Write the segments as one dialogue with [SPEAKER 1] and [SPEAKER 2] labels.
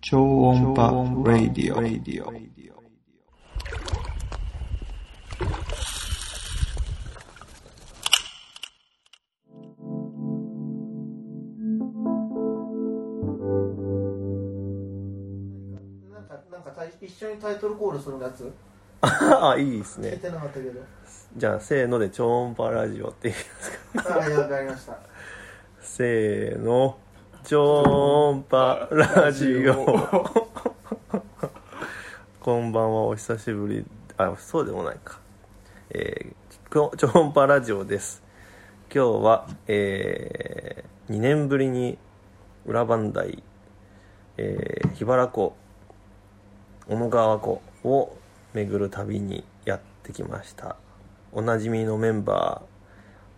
[SPEAKER 1] 超音波ラディオ。
[SPEAKER 2] なんか、なんかタイ一緒にタイトルコールするやつ
[SPEAKER 3] ああ、いいです
[SPEAKER 2] 聞い
[SPEAKER 3] ね。
[SPEAKER 2] てなかったけど。
[SPEAKER 3] じゃあ、せーので、超音波ラジオって言いますか。
[SPEAKER 2] はい、わかりました。
[SPEAKER 3] せーの、超音波ラジオ。こんばんは、お久しぶり。あ、そうでもないか。えー、こ超音波ラジオです。今日は、えー、2年ぶりに、裏磐梯、えー、桧原湖、小野川湖を巡る旅にやってきました。おなじみのメンバ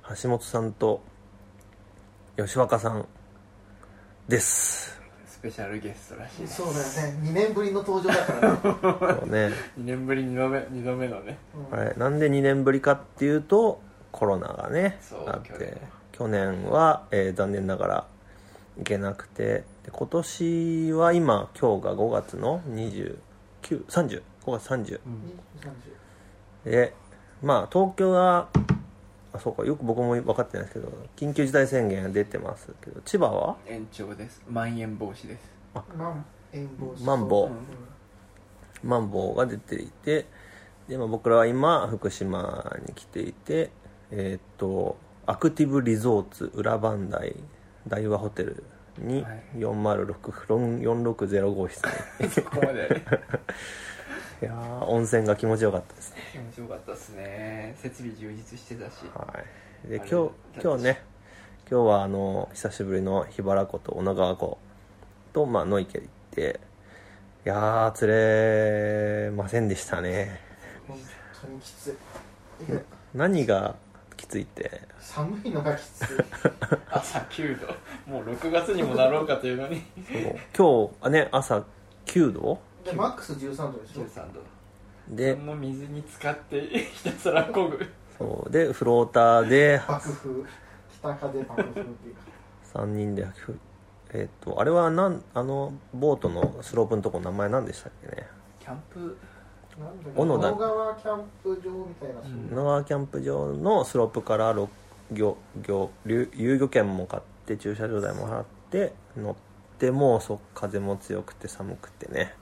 [SPEAKER 3] ー、橋本さんと、吉若さんです。
[SPEAKER 4] スペシャルゲストらしいです
[SPEAKER 2] そうだよね。2年ぶりの登場だからね。
[SPEAKER 3] そうね、
[SPEAKER 4] 2年ぶり2度目二度目のね
[SPEAKER 3] あれなんで2年ぶりかっていうとコロナがね
[SPEAKER 4] そう
[SPEAKER 3] あって
[SPEAKER 4] 去年
[SPEAKER 3] 去年は、えー残念ながら行けなくてで今年は今今日が5月の2930 5月30でまあ東京はあそうかよく僕も分かってないですけど緊急事態宣言が出てますけど千葉は
[SPEAKER 4] 延長ですまん延防止です
[SPEAKER 2] 30マン、遠望
[SPEAKER 3] マンボウ
[SPEAKER 2] うん
[SPEAKER 3] マンボウが出ていてで、まあ、僕らは今福島に来ていてえーっとアクティブリゾーツ裏磐梯大和ホテルに
[SPEAKER 4] はい
[SPEAKER 3] 406 4605 号室に
[SPEAKER 4] そこまで
[SPEAKER 3] いやー温泉が気持ちよかったですね
[SPEAKER 4] 気持ちよかったっすね設備充実してたし
[SPEAKER 3] はいで
[SPEAKER 4] あれ
[SPEAKER 3] 今日今日ね今日はあの久しぶりの桧原湖と女川湖と、まあ、野池行っていやー釣れませんでしたね
[SPEAKER 2] 本当にきつい。いや
[SPEAKER 3] 何がきついって
[SPEAKER 2] 寒いのがきつい。
[SPEAKER 4] 朝9度もう6月にもなろうかというのに
[SPEAKER 3] 今日あね朝9度
[SPEAKER 2] で、マックス13度でしょ。
[SPEAKER 4] 13度そ
[SPEAKER 3] で
[SPEAKER 4] の水に浸かってひたすらこぐ
[SPEAKER 3] そうでフローターで
[SPEAKER 2] 爆風。北風爆風っていうか。
[SPEAKER 3] 3人でえっとあれはなんあのボートのスロープのとこ名前何でしたっけね
[SPEAKER 4] キャンプ
[SPEAKER 2] なんだっけ
[SPEAKER 3] 小野田
[SPEAKER 2] 小川キャンプ場みたいな。そう
[SPEAKER 4] うん
[SPEAKER 3] 野川キャンプ場のスロープからろ漁漁遊遊漁券も買って駐車場代も払って乗ってもうそう風も強くて寒くてね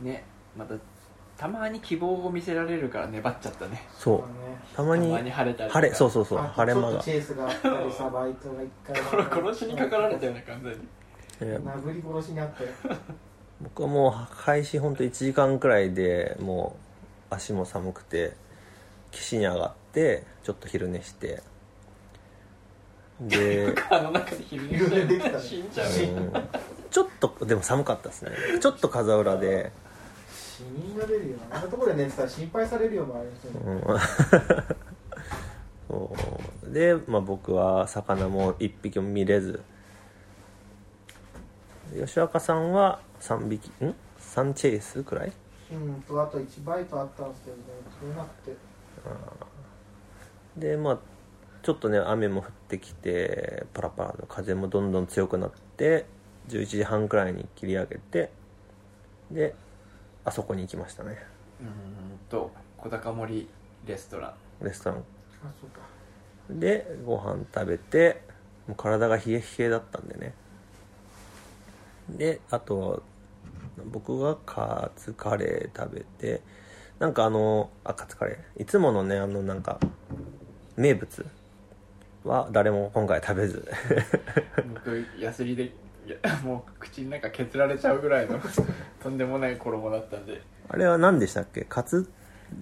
[SPEAKER 4] ねまたたまに希望を見せられるから粘っちゃったね
[SPEAKER 3] そ
[SPEAKER 2] だ
[SPEAKER 3] う
[SPEAKER 2] ね
[SPEAKER 3] たまに
[SPEAKER 4] たまに晴れたりとか
[SPEAKER 3] 晴れそうそうそう
[SPEAKER 2] あと
[SPEAKER 3] 晴れ間
[SPEAKER 2] ちょっ
[SPEAKER 3] が
[SPEAKER 2] とチェイスがあったりさ、バイトが一回。
[SPEAKER 4] これ殺しにかかられたような感じ
[SPEAKER 3] えー
[SPEAKER 2] 殴り殺しにあったよ。
[SPEAKER 3] 僕はもう開始ほんと1時間くらいでもう足も寒くて岸に上がってちょっと昼寝してで
[SPEAKER 4] あの中で昼寝し
[SPEAKER 2] 夜寝
[SPEAKER 4] た
[SPEAKER 2] てきた
[SPEAKER 4] ら
[SPEAKER 2] ね
[SPEAKER 4] 死んじゃうよ
[SPEAKER 3] うんちょっとでも寒かったですねちょっと風裏で、
[SPEAKER 2] 死人が出るよなあんなところで寝てたら心配されるよ周りの人に
[SPEAKER 3] うん そうで、まあ、僕は魚も1匹も見れず吉岡さんは3匹ん ?3 チェイスくらい
[SPEAKER 2] うんとあと1バイトあったんですけどね取れなくて
[SPEAKER 3] でまあちょっとね雨も降ってきてパラパラの風もどんどん強くなって11時半くらいに切り上げてであそこに行きましたね
[SPEAKER 4] うーんと小高森レストラン
[SPEAKER 3] レストラ
[SPEAKER 2] あそうか
[SPEAKER 3] ンでご飯食べてもう体が冷え冷えだったんでねであと僕がカツカレー食べてなんかあのあカツカレーいつものねあのなんか名物は誰も今回食べず
[SPEAKER 4] 僕ヤスリでいやもう口の中削られちゃうぐらいの とんでもない衣だったんで
[SPEAKER 3] あれは何でしたっけカツ、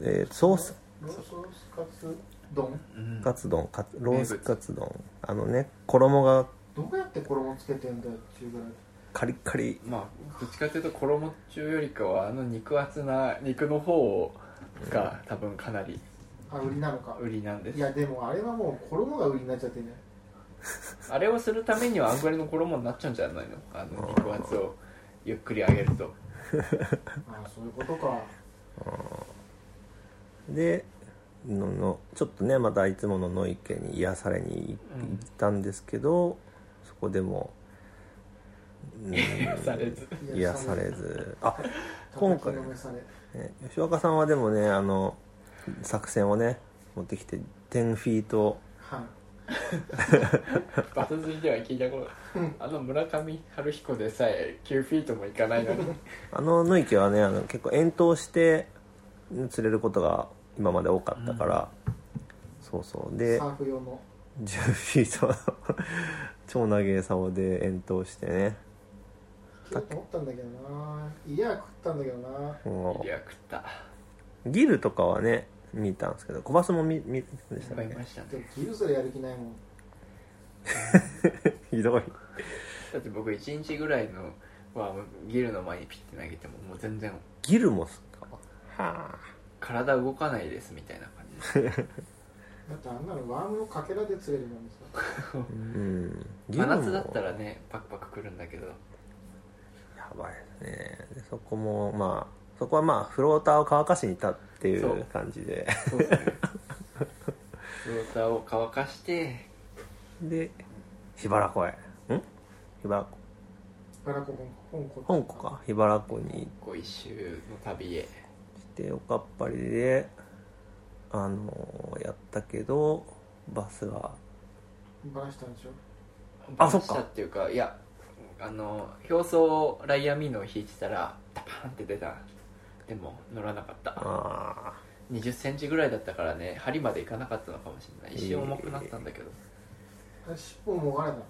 [SPEAKER 3] えーソース
[SPEAKER 2] ローソースカツ丼
[SPEAKER 4] うん
[SPEAKER 3] カツ丼カツロースカツ丼あのね衣が
[SPEAKER 2] どうやって衣つけてんだよっていうぐらい
[SPEAKER 3] カリッカリ
[SPEAKER 4] まあどっちかというと衣中よりかはあの肉厚な肉の方が多分かなり
[SPEAKER 2] あ売りなのか
[SPEAKER 4] 売りなんで
[SPEAKER 2] い
[SPEAKER 4] す
[SPEAKER 2] やでもあれはもう衣が売りになっちゃってね
[SPEAKER 4] あれをするためにはあんぐらいの衣になっちゃうんじゃないのあの肉厚をゆっくり揚げる と
[SPEAKER 2] あそういうことか
[SPEAKER 3] でののちょっとねまたいつもの野池に癒されに行
[SPEAKER 4] うん
[SPEAKER 3] ったんですけど、そこでもうん
[SPEAKER 4] 癒されず
[SPEAKER 3] 癒されずあ今
[SPEAKER 2] 今
[SPEAKER 3] 回
[SPEAKER 2] 回のめされ
[SPEAKER 3] ね吉岡さんはでもねあの作戦をね持ってきて10フィート
[SPEAKER 2] はい
[SPEAKER 4] バス釣りでは聞いたことないあの村上春彦でさえ9フィートもいかないのに
[SPEAKER 3] あの野池はねあの結構遠投して釣れることが今まで多かったから、そうそうで
[SPEAKER 2] サーフ用の
[SPEAKER 3] 10フィートの 超長い竿で遠投してね
[SPEAKER 2] 食おうと思ったんだけどないや食ったんだけどな
[SPEAKER 3] も
[SPEAKER 4] いや食った
[SPEAKER 3] うギルとかはね見たんですけど小バスも見見でし
[SPEAKER 4] 食
[SPEAKER 3] た
[SPEAKER 4] べ
[SPEAKER 3] ね
[SPEAKER 4] ましたね
[SPEAKER 2] でもギルそれやる気ないもん
[SPEAKER 3] ひどい
[SPEAKER 4] だって僕1日ぐらいのはギルの前にピッて投げてももう全然
[SPEAKER 3] ギルもすかはあ
[SPEAKER 4] 体動かないですみたいな感じ
[SPEAKER 2] だってあんなのワームのかけらで釣れるもんさ
[SPEAKER 3] うん ギ
[SPEAKER 4] 真
[SPEAKER 3] ルも
[SPEAKER 4] 夏だったらねパクパクくるんだけど
[SPEAKER 3] やばいですねでそこもまあそこはまあフローターを乾かしに行ったってい
[SPEAKER 4] そう
[SPEAKER 3] う感じで
[SPEAKER 4] そうですねローターを乾かして
[SPEAKER 3] で桧原湖へん桧原湖
[SPEAKER 2] バラコ香港
[SPEAKER 3] 本湖か桧原湖に
[SPEAKER 4] こう一周の旅へ
[SPEAKER 3] 行っておかっぱりであのやったけどバスが
[SPEAKER 2] バラしたんでしょ
[SPEAKER 3] あそっか
[SPEAKER 4] バラしたっていうかいやあの表層ライアミーノを引いてたらダパーンって出たでも乗らなかった
[SPEAKER 3] あ
[SPEAKER 4] 2 0ンチぐらいだったからね針までいかなかったのかもしれない一瞬重くなったんだけど、
[SPEAKER 2] あれ尻尾もがれたの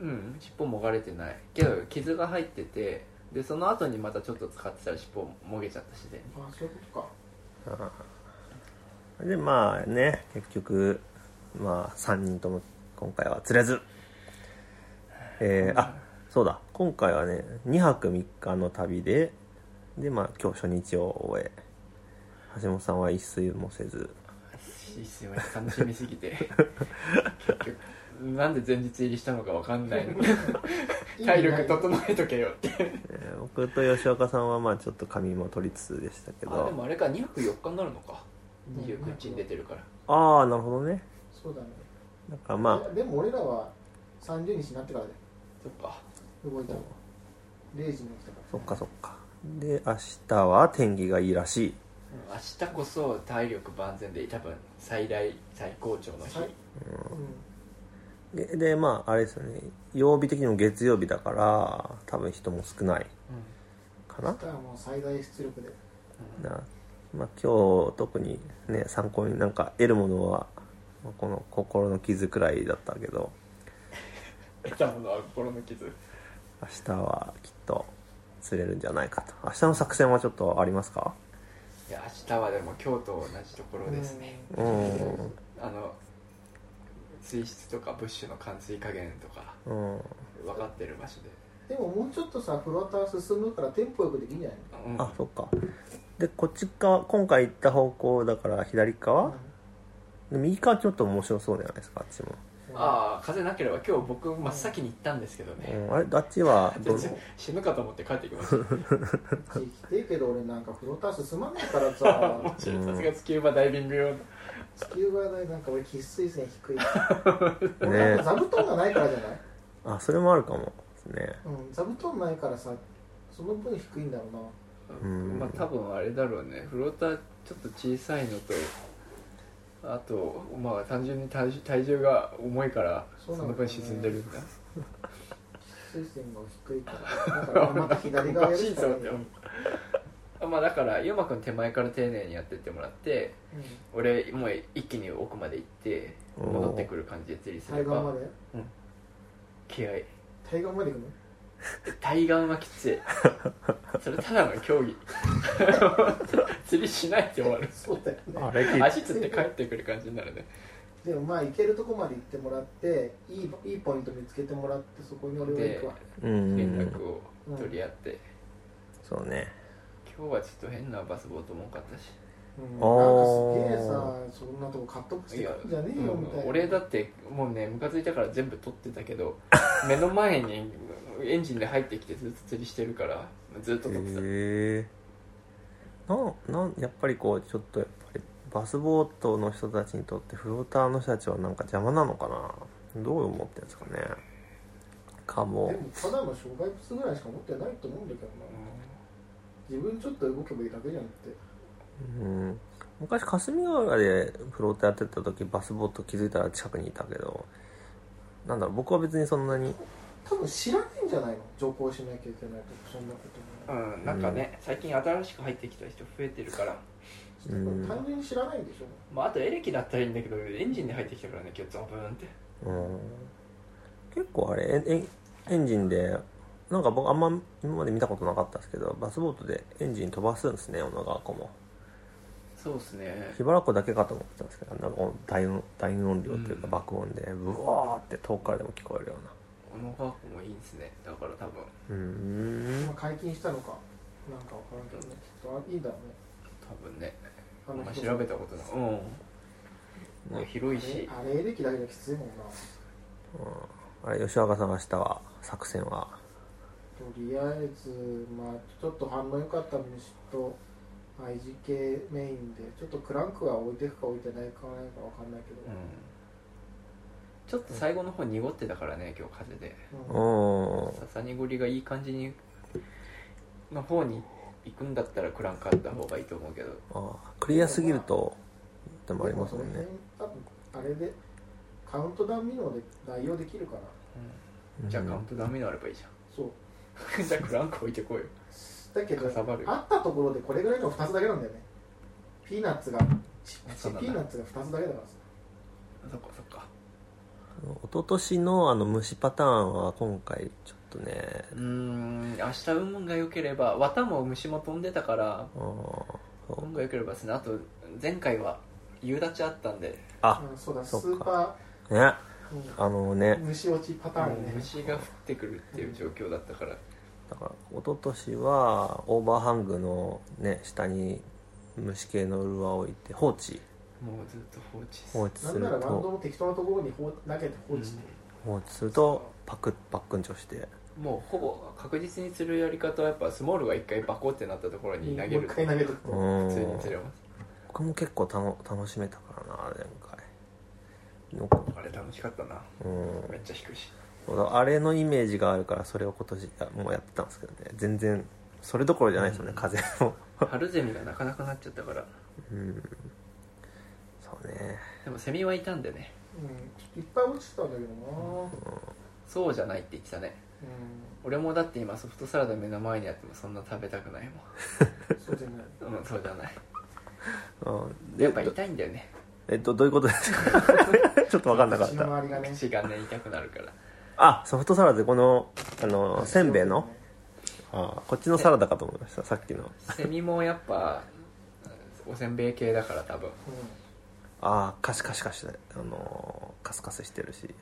[SPEAKER 4] うん尻尾もがれてないけど傷が入っててでその後にまたちょっと使ってたら尻尾もげちゃったしで
[SPEAKER 2] あそういうことか
[SPEAKER 3] ーでまあね結局まあ3人とも今回は釣れずえーあそうだ今回はね2泊3日の旅ででまあ今日初日を終え橋本さんは一睡もせず
[SPEAKER 4] すいません楽しみすぎて結局なんで前日入りしたのかわかん ないの 体力整えとけよって
[SPEAKER 3] えー僕と吉岡さんはまあちょっと髪も取りつつでしたけ
[SPEAKER 4] あで
[SPEAKER 3] ど
[SPEAKER 4] もあれか2泊4日になるのか
[SPEAKER 2] うん
[SPEAKER 4] 29日に出てるから
[SPEAKER 3] ああなるほどね
[SPEAKER 2] そうだね
[SPEAKER 3] なんかま
[SPEAKER 2] いやでも俺らは30日になってからで
[SPEAKER 4] そっか
[SPEAKER 2] 動いたの0時に起きたから
[SPEAKER 3] あそっかそっかで明日は天気がいいらしい
[SPEAKER 4] 明日こそ体力万全で多分最大最高潮の日
[SPEAKER 2] はい
[SPEAKER 3] ででまああれですよね曜日的にも月曜日だから多分人も少ないか
[SPEAKER 2] うん、
[SPEAKER 3] な
[SPEAKER 2] そしたらもう最大出力で
[SPEAKER 4] うん
[SPEAKER 3] な、まあ、今日特にね参考になんか得るものはまあこの心の傷くらいだったけど
[SPEAKER 4] 得たものは心の傷
[SPEAKER 3] 明日はきっと釣れるんじゃないかと明日の作戦はちょっとありますか
[SPEAKER 4] いや明日はでも今日と同じところですね
[SPEAKER 3] う
[SPEAKER 2] うん
[SPEAKER 3] ん
[SPEAKER 4] あの水質とかブッシュの冠水加減とか
[SPEAKER 3] うん
[SPEAKER 4] 分かってる場所で、
[SPEAKER 2] でももうちょっとさフローター進むからテンポよくできんじゃない
[SPEAKER 4] うん、
[SPEAKER 3] あそっかでこっち側今回行った方向だから左
[SPEAKER 2] の
[SPEAKER 3] 側、で右側ちょっと面白そうじゃないですかあっちも、
[SPEAKER 2] うん
[SPEAKER 4] ああ風なければ今日僕真っ先に行ったんですけど
[SPEAKER 3] う
[SPEAKER 4] ね、
[SPEAKER 3] ん、あれあっちはど
[SPEAKER 4] 死ぬかと思って帰ってき ました
[SPEAKER 2] 生きてえけど俺なんかフローター進まないからさ
[SPEAKER 4] もちろんさすがスキューバダイビング用の
[SPEAKER 2] 地球がないなんか俺喫水線低い俺なんか座布団がないからじゃない、
[SPEAKER 3] あそれもあるかもですね
[SPEAKER 2] うん、座布団ないからさその分低いんだろうな
[SPEAKER 3] うん
[SPEAKER 4] まあ多分あれだろうねフローターちょっと小さいのとあとまあ単純に体重体重が重いからそ
[SPEAKER 2] そ
[SPEAKER 4] う
[SPEAKER 2] なん
[SPEAKER 4] の
[SPEAKER 2] だよね
[SPEAKER 4] 分沈んでるんだ
[SPEAKER 2] 水線が低いからだからまた左側やるしかな
[SPEAKER 4] お
[SPEAKER 2] い、
[SPEAKER 4] かしいぞあまあだからユマくん手前から丁寧にやってってもらって
[SPEAKER 2] うん
[SPEAKER 4] 俺もう一気に奥まで行って
[SPEAKER 3] おー
[SPEAKER 4] 戻ってくる感じで釣りす
[SPEAKER 2] 対
[SPEAKER 4] れ
[SPEAKER 2] 岸
[SPEAKER 4] ば
[SPEAKER 2] まで
[SPEAKER 4] 気合い
[SPEAKER 2] 対岸まで行くの
[SPEAKER 4] 対岸はきつ いそれただの競技 釣りしないで終わる
[SPEAKER 2] そうだよね
[SPEAKER 3] あれき
[SPEAKER 4] 足つって帰ってくる感じになるね
[SPEAKER 2] でもまあ行けるとこまで行ってもらっていいいいポイント見つけてもらってそこに俺は行
[SPEAKER 4] で
[SPEAKER 2] くわ
[SPEAKER 3] う
[SPEAKER 4] 連
[SPEAKER 3] ん
[SPEAKER 4] 絡を取り合って、
[SPEAKER 3] そうね
[SPEAKER 4] 今日はちょっと変なバスボートも多かったし
[SPEAKER 2] うん
[SPEAKER 3] おー
[SPEAKER 2] なんかすげえさそんなとこカットしてくんじゃねえよみたいな、
[SPEAKER 4] うん俺だってもうねムカついたから全部取ってたけ ど目の前にエンジンで入ってきてずっと釣りしてるからずっと
[SPEAKER 3] へ
[SPEAKER 4] 取ってた、
[SPEAKER 3] えなんなんやっぱりこうちょっとやっぱりバスボートの人たちにとってフローターの人たちはなんか邪魔なのかなどう思ってるんですかねかも
[SPEAKER 2] でもただの障害物ぐらいしか持ってないと思うんだけどな自分ちょっと動けばいいだけじゃんって
[SPEAKER 3] うん昔霞ヶ浦でプロートやってた時バスボット気づいたら近くにいたけどなんだろう僕は別にそんなに
[SPEAKER 2] 多分知らないんじゃないの上校しなきゃいけないとかそんなこと
[SPEAKER 4] う
[SPEAKER 2] も
[SPEAKER 4] ん、なんかね、最近新しく入ってきた人増えてるから、
[SPEAKER 3] うん
[SPEAKER 2] 単純に知らないんでしょ
[SPEAKER 4] まあ、あとエレキだったらいいんだけどエンジンで入ってきたからね今日ザブーンって
[SPEAKER 3] うん結構あれエンエンエンジンでなんか僕あんま今まで見たことなかったですけどバスボートでエンジン飛ばすんですね女川子も
[SPEAKER 4] そうですね
[SPEAKER 3] しばらくだけかと思ってたんですけどなんかこの大音大音量という
[SPEAKER 4] う
[SPEAKER 3] か
[SPEAKER 4] ん
[SPEAKER 3] 爆音でブワーって遠くからでも聞こえるよ
[SPEAKER 4] 小
[SPEAKER 3] う
[SPEAKER 4] 野川子もいいんですねだから多分
[SPEAKER 3] なうん
[SPEAKER 2] 今解禁したのかなんかわからんけどねきっとあいいんだろうね
[SPEAKER 4] 多分ね
[SPEAKER 2] あ
[SPEAKER 4] あん
[SPEAKER 2] の
[SPEAKER 4] ま
[SPEAKER 2] 人
[SPEAKER 4] 調べたことないうん、
[SPEAKER 3] ね
[SPEAKER 4] 広いし
[SPEAKER 2] あれあれエレキだけじゃきついもんな
[SPEAKER 3] あれ吉岡さんがしたわ作戦は
[SPEAKER 2] とりあえず、まあ、ちょっと反応良かった虫と IGK メインでちょっとクランクは置いていくか置いてないかないか分かんないけど、
[SPEAKER 4] うんちょっと最後の方濁ってたからね今日風で
[SPEAKER 2] うん
[SPEAKER 3] うん
[SPEAKER 4] ささ濁りがいい感じにの方に行くんだったらクランクあった方がいいと思うけど
[SPEAKER 3] ああクリアすぎるとでもありますもんね
[SPEAKER 2] で、その辺多分あれでカウントダウンミノーで代用できるから
[SPEAKER 4] うんじゃあカウントダメのあればいいじ
[SPEAKER 2] そう
[SPEAKER 4] ゃん じゃあクランク置いてこいよ
[SPEAKER 2] だけど
[SPEAKER 4] かさばる
[SPEAKER 2] あったところでこれぐらいの2つだけなんだよねピーナッツがち
[SPEAKER 4] そうなんだ
[SPEAKER 2] ピーナッツが2つだけだからさ
[SPEAKER 4] そっかそっか
[SPEAKER 3] 一昨年のあの虫パターンは今回ちょっとね
[SPEAKER 4] うーん明日運が良ければ綿も虫も飛んでたから
[SPEAKER 3] あーそう
[SPEAKER 4] 運が良ければですねあと前回は夕立ちあったんで、
[SPEAKER 3] あ
[SPEAKER 2] うん、そうだ
[SPEAKER 3] そっ
[SPEAKER 2] ス
[SPEAKER 3] か
[SPEAKER 2] ーパ
[SPEAKER 3] ね
[SPEAKER 2] ー、うん
[SPEAKER 3] あのね
[SPEAKER 2] 虫落ちパターンね
[SPEAKER 4] もう虫が降ってくるっていう状況だったから
[SPEAKER 3] だから一昨年はオーバーハングのね下に虫系のルアーを置いて放置
[SPEAKER 4] もうずっと放置す
[SPEAKER 3] 放
[SPEAKER 4] る
[SPEAKER 3] 置
[SPEAKER 2] な
[SPEAKER 3] す
[SPEAKER 2] ん
[SPEAKER 3] る
[SPEAKER 2] ならバンド
[SPEAKER 3] と
[SPEAKER 2] も適当なところに放投げて放置して、
[SPEAKER 3] 放置するとパクッパックンチョして
[SPEAKER 4] もうほぼ確実に釣るやり方はやっぱスモールが一回バコってなったところに投げ
[SPEAKER 2] もう
[SPEAKER 4] る
[SPEAKER 2] 一回投げとく
[SPEAKER 3] う
[SPEAKER 2] と、
[SPEAKER 3] ん
[SPEAKER 4] 普通に釣れます
[SPEAKER 3] 僕も結構たの楽しめたからな前回の
[SPEAKER 4] あれ楽しかったな
[SPEAKER 3] うん
[SPEAKER 4] めっちゃ引くし
[SPEAKER 3] そうだあれのイメージがあるからそれを今年あもうやってたんですけどね全然それどころじゃないですよね、
[SPEAKER 4] うん
[SPEAKER 3] 風も
[SPEAKER 4] 春ゼミがなかなかなっちゃったから
[SPEAKER 3] うんそうね
[SPEAKER 4] でもセミはいたんでね
[SPEAKER 2] うん、ちょっといっぱい落ちてたんだけどな、
[SPEAKER 4] そうじゃないって言ってたね俺もだって今ソフトサラダ目の前にあってもそんな食べたくない
[SPEAKER 2] うん、そうじゃない
[SPEAKER 4] もん、うん、そうじゃない
[SPEAKER 3] うん
[SPEAKER 4] やっぱ
[SPEAKER 3] えど
[SPEAKER 4] 痛いんだよね
[SPEAKER 3] えっとどういうことですか ちょっと分かんなかっ
[SPEAKER 2] 口の
[SPEAKER 3] た
[SPEAKER 2] 周りがね
[SPEAKER 4] 口がね痛くなるから
[SPEAKER 3] あソフトサラダでこのあのせんべいのあこっちのサラダかと思いましたさっきの
[SPEAKER 4] セミもやっぱおせんべい系だから多分
[SPEAKER 2] う
[SPEAKER 3] あカシカシカシあのカスカスしてるし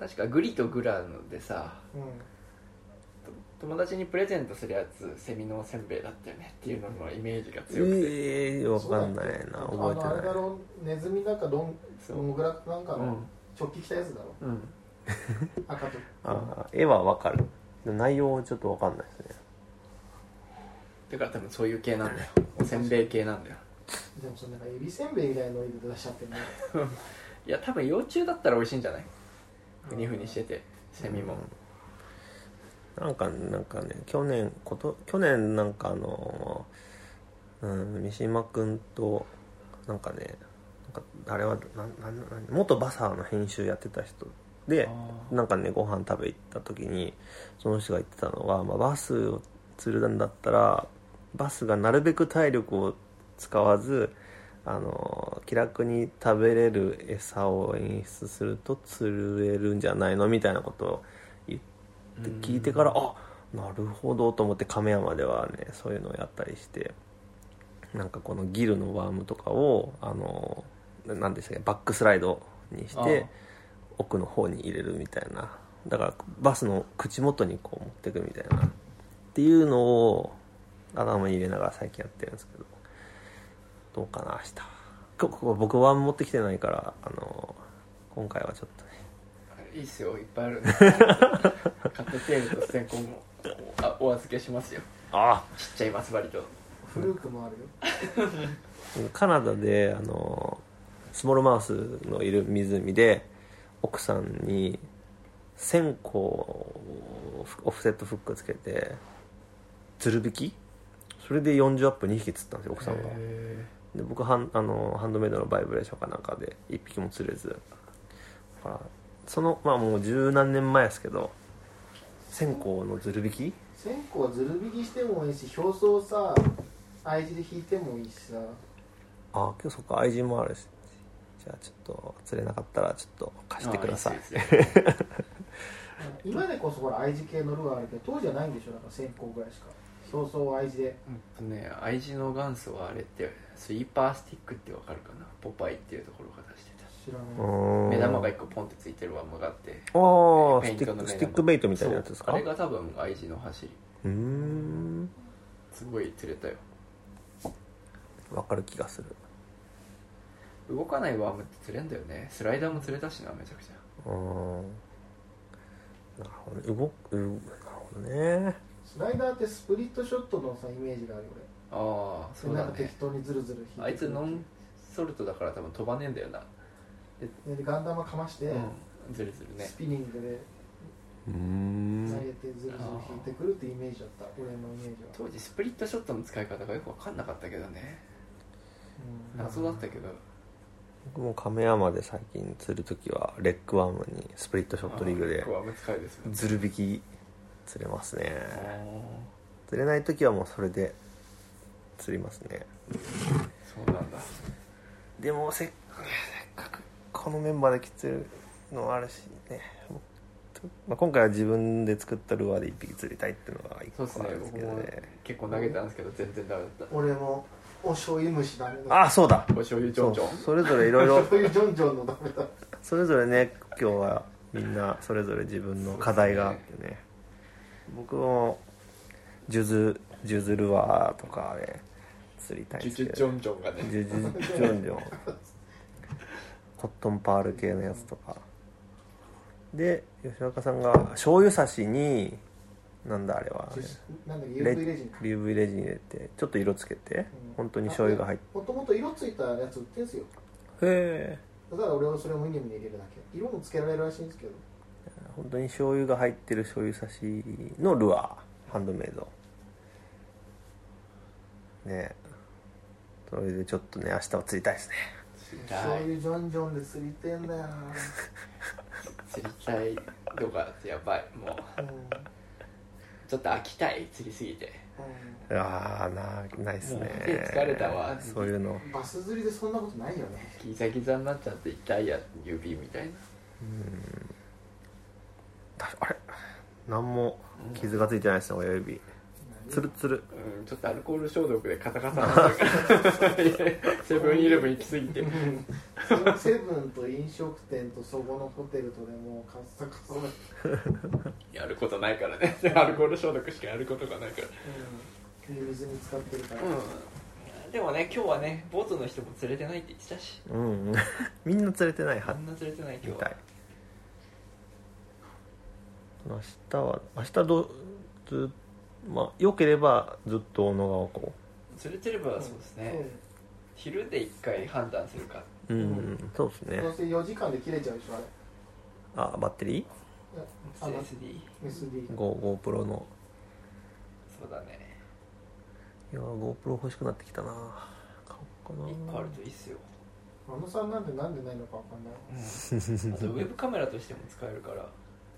[SPEAKER 4] 確かグリとグラのでさ
[SPEAKER 2] ん、うん、
[SPEAKER 4] 友達にプレゼントするやつセミのおせんべいだったよねっていうののイメージが強くて、
[SPEAKER 3] ええー、分かんないな
[SPEAKER 2] そうだっ
[SPEAKER 3] 覚
[SPEAKER 2] けあのあれだ
[SPEAKER 3] えてない
[SPEAKER 2] ろネズミなんかロン
[SPEAKER 4] そう
[SPEAKER 2] ロングラなんか
[SPEAKER 4] うん
[SPEAKER 2] の直帰着たやつだろ、
[SPEAKER 4] うん
[SPEAKER 2] 赤と
[SPEAKER 3] あ絵は分かる内容はちょっと分かんないですね
[SPEAKER 4] だから多分そういう系なんだよおせんべい系なんだよ
[SPEAKER 2] でもそれなんかエビせんべいみたいなの入れて出しちゃってね
[SPEAKER 4] いや多分幼虫だったら美味しいんじゃない ふにふにしててセミも、
[SPEAKER 3] なんかなんかね去年こと去年なんかあの、うん、三島君となんかねなんかあれはなんなんなん元バサーの編集やってた人で
[SPEAKER 4] あー
[SPEAKER 3] なんかねご飯食べ行った時にその人が言ってたのが、まあ、バスを釣るんだったらバスがなるべく体力を使わずあの気楽に食べれる餌を演出すると釣れるんじゃないのみたいなことを言って聞いてから、あなるほどと思って亀山ではねそういうのをやったりしてなんかこのギルのワームとかをあのななんでしたっけバックスライドにし
[SPEAKER 4] あ
[SPEAKER 3] て
[SPEAKER 4] ー
[SPEAKER 3] 奥の方に入れるみたいなだからバスの口元にこう持ってくみたいなっていうのを頭に入れながら最近やってるんですけどどうかな明日こここ僕ワーム持ってきてないからあの今回はちょっとね
[SPEAKER 4] いいっすよいっぱいあるん で買ってテールと線香もあお預けしますよ
[SPEAKER 3] あ
[SPEAKER 4] ちっちゃいマス針と
[SPEAKER 2] フルークもあるよ
[SPEAKER 3] カナダであのスモールマウスのいる湖で奥さんに線香をオフセットフックつけてつる引きそれで40アップ2匹釣ったんですよ奥さんが
[SPEAKER 4] へ
[SPEAKER 3] で僕はんあのハンドメイドのバイブレーションかなんかで1匹も釣れずだからそのまあもう十何年前ですけど線香のずる引き
[SPEAKER 2] 線香はずる引きしてもいいし表層さ愛知で引いてもいいしさ
[SPEAKER 3] あ今日そっか愛人もあるしじゃあちょっと釣れなかったらちょっと
[SPEAKER 4] ー
[SPEAKER 3] 貸してください
[SPEAKER 4] あーいいですよいいですよ
[SPEAKER 2] 今でこそほら愛知系のルアーあるけど当時はないんでしょだから線香ぐらいしか表層は愛知で
[SPEAKER 4] うんとね愛知の元祖はあれってスイーパースティックってわかるかなポパイっていうところが出してた
[SPEAKER 2] 知ら
[SPEAKER 3] う
[SPEAKER 2] ない
[SPEAKER 3] ーん
[SPEAKER 4] 目玉が1個ポンってついてるワームがあって
[SPEAKER 3] ああ
[SPEAKER 4] ペイ
[SPEAKER 3] ス
[SPEAKER 4] ン
[SPEAKER 3] ティ
[SPEAKER 4] トの
[SPEAKER 3] ック
[SPEAKER 4] ね
[SPEAKER 3] スティックベイトみたいなやつです
[SPEAKER 4] そう
[SPEAKER 3] か
[SPEAKER 4] あれが多分愛知の走り
[SPEAKER 3] うーん
[SPEAKER 4] すごい釣れたよ
[SPEAKER 3] わかる気がする
[SPEAKER 4] 動かないワームって釣れんだよねスライダーも釣れたしなめちゃくちゃ
[SPEAKER 3] うーんなるほどね動くうなるほどね
[SPEAKER 2] スライダーってスプリットショットのさイメージがあるよ
[SPEAKER 4] ああそ
[SPEAKER 2] 俺
[SPEAKER 4] う
[SPEAKER 2] なん
[SPEAKER 4] だ
[SPEAKER 2] か適
[SPEAKER 4] ね
[SPEAKER 2] 当にズルズル引いて
[SPEAKER 4] あいつノンソルトだから多分飛ばねえんだよな
[SPEAKER 2] でガンダムかまして、
[SPEAKER 4] うんずるずるね
[SPEAKER 2] スピニングで
[SPEAKER 3] うー
[SPEAKER 2] 投
[SPEAKER 3] ん
[SPEAKER 2] げてズルズル引いてくるってイメージだった俺のイメージは、
[SPEAKER 4] 当時スプリットショットの使い方がよく分かんなかったけどね
[SPEAKER 2] うん
[SPEAKER 4] 謎だったけど
[SPEAKER 3] 僕も亀山で最近釣る時はレッグワームにスプリットショットリグで
[SPEAKER 4] あーワーム使いですもんね
[SPEAKER 3] ズル引き釣れますね
[SPEAKER 4] あー
[SPEAKER 3] 釣れない時はもうそれで釣りますね
[SPEAKER 4] そうなんだ
[SPEAKER 3] でもせっせっかくこのメンバーで来てるのもあるしね、まあ、今回は自分で作ったルアーで一匹釣りたいっていうのが一個
[SPEAKER 4] そ
[SPEAKER 3] あ
[SPEAKER 4] うですね
[SPEAKER 3] るんです
[SPEAKER 4] 僕
[SPEAKER 3] けど
[SPEAKER 4] も
[SPEAKER 3] ね
[SPEAKER 4] 結構投げたんですけど全然ダメだっ
[SPEAKER 2] 俺もお醤油虫ダメだ
[SPEAKER 3] ああそうだ
[SPEAKER 4] たお醤油ちょんちょん
[SPEAKER 3] そうそれぞれいろい
[SPEAKER 2] お
[SPEAKER 3] ろ
[SPEAKER 2] 醤油ジョンジョンのダメだ
[SPEAKER 3] それぞれね今日はみんなそれぞれ自分の課題があってね僕もジュズジュズルアーとかで釣りたいん
[SPEAKER 4] チュ
[SPEAKER 3] です
[SPEAKER 4] チ
[SPEAKER 3] け
[SPEAKER 4] ュ
[SPEAKER 3] ど
[SPEAKER 4] チョンチョンがね
[SPEAKER 3] ジュジュジョンジョンコットンパール系のやつとかで吉岡さんが醤油差しになんだあれは
[SPEAKER 2] なんだっけ
[SPEAKER 3] レ
[SPEAKER 2] UV レジンか
[SPEAKER 3] UV レジン入れてちょっと色つけて
[SPEAKER 2] うん
[SPEAKER 3] 本当に醤油が入って
[SPEAKER 2] もともと色ついたやつ売ってんすよ
[SPEAKER 3] へえ
[SPEAKER 2] だから俺はそれをメニューに入れるだけ色もつけられるらしいんですけど
[SPEAKER 3] 本当に醤油が入ってる醤油差しのルアーハンドメイドねえそれでちょっとね明日は釣りたいですね
[SPEAKER 4] 釣り
[SPEAKER 2] 醤
[SPEAKER 4] たい
[SPEAKER 2] 油ジョンジョンで釣りてんだよな、
[SPEAKER 4] 釣りたいとかやばいもう
[SPEAKER 2] うん
[SPEAKER 4] ちょっと飽きたい釣りすぎて
[SPEAKER 3] ああなないっすね
[SPEAKER 4] もう手疲れたわ
[SPEAKER 3] そういうの
[SPEAKER 2] うんバス釣りでそんなことないよね
[SPEAKER 4] ギザギザになっちゃって痛いや指みたいな
[SPEAKER 3] たあれ何も傷がついてないですね親指つるつる
[SPEAKER 4] うんちょっとアルコール消毒でカタカタになってるセブンイレブン行きすぎて
[SPEAKER 2] うんセブンと飲食店とそこのホテルとでもうカッサカサだ、うん
[SPEAKER 4] やることないからねアルコール消毒しかやることがないから
[SPEAKER 2] で水に浸ってるから、
[SPEAKER 4] うんでもね今日はねボートの人も釣れてないって言ってたし
[SPEAKER 3] うんうん みんな釣れてない
[SPEAKER 4] あ
[SPEAKER 3] は
[SPEAKER 4] んな釣れてない
[SPEAKER 3] み
[SPEAKER 4] 今日
[SPEAKER 3] た
[SPEAKER 4] はい
[SPEAKER 3] 明日は明日どうずまあ良ければずっと小野川湖
[SPEAKER 4] 釣れてればそうですね、昼で一回判断するか
[SPEAKER 3] うん、
[SPEAKER 2] うん
[SPEAKER 3] そうです
[SPEAKER 2] そう
[SPEAKER 3] ね
[SPEAKER 2] どうせ4時間で切れちゃうでしょあれ
[SPEAKER 3] あバッテリ
[SPEAKER 2] いやあの
[SPEAKER 4] SSD
[SPEAKER 2] SD
[SPEAKER 3] ー Go- GoPro の
[SPEAKER 4] そうだね
[SPEAKER 3] いや GoPro 欲しくなってきたな買おうかな
[SPEAKER 4] 1個あるといいっすよ、
[SPEAKER 2] あのさんなんでなんでないのかわかんない
[SPEAKER 4] あとウェブカメラとしても使えるから
[SPEAKER 3] あ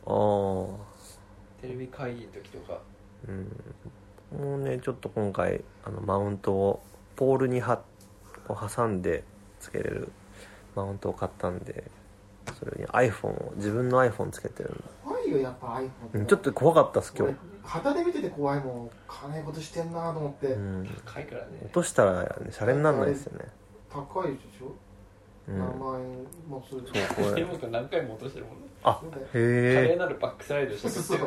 [SPEAKER 3] ー
[SPEAKER 4] テレビ会議の時とか
[SPEAKER 3] うんもうねちょっと今回あのマウントをポールにはこう挟んでつけれるマウントを買ったんでそれに iPhone を自分の iPhone つけてるんだ
[SPEAKER 2] 怖いよやっぱ iPhone
[SPEAKER 3] うんちょっと怖かったっす今
[SPEAKER 2] 俺旗で見てて怖いもん金いことしてんなと思って、
[SPEAKER 3] 日、うん、
[SPEAKER 4] 高いからね
[SPEAKER 3] 落としたら、ね、シャレにならないですよね、
[SPEAKER 2] 高いでしょ、
[SPEAKER 3] う
[SPEAKER 2] 何
[SPEAKER 3] ん、
[SPEAKER 2] 万円もする
[SPEAKER 3] そうこ
[SPEAKER 4] で
[SPEAKER 3] れ
[SPEAKER 4] も何回も落としてるもんね
[SPEAKER 3] あ
[SPEAKER 2] そうだよ
[SPEAKER 4] 華麗
[SPEAKER 3] へえ
[SPEAKER 4] なるバックスライドして
[SPEAKER 2] そう そう
[SPEAKER 4] る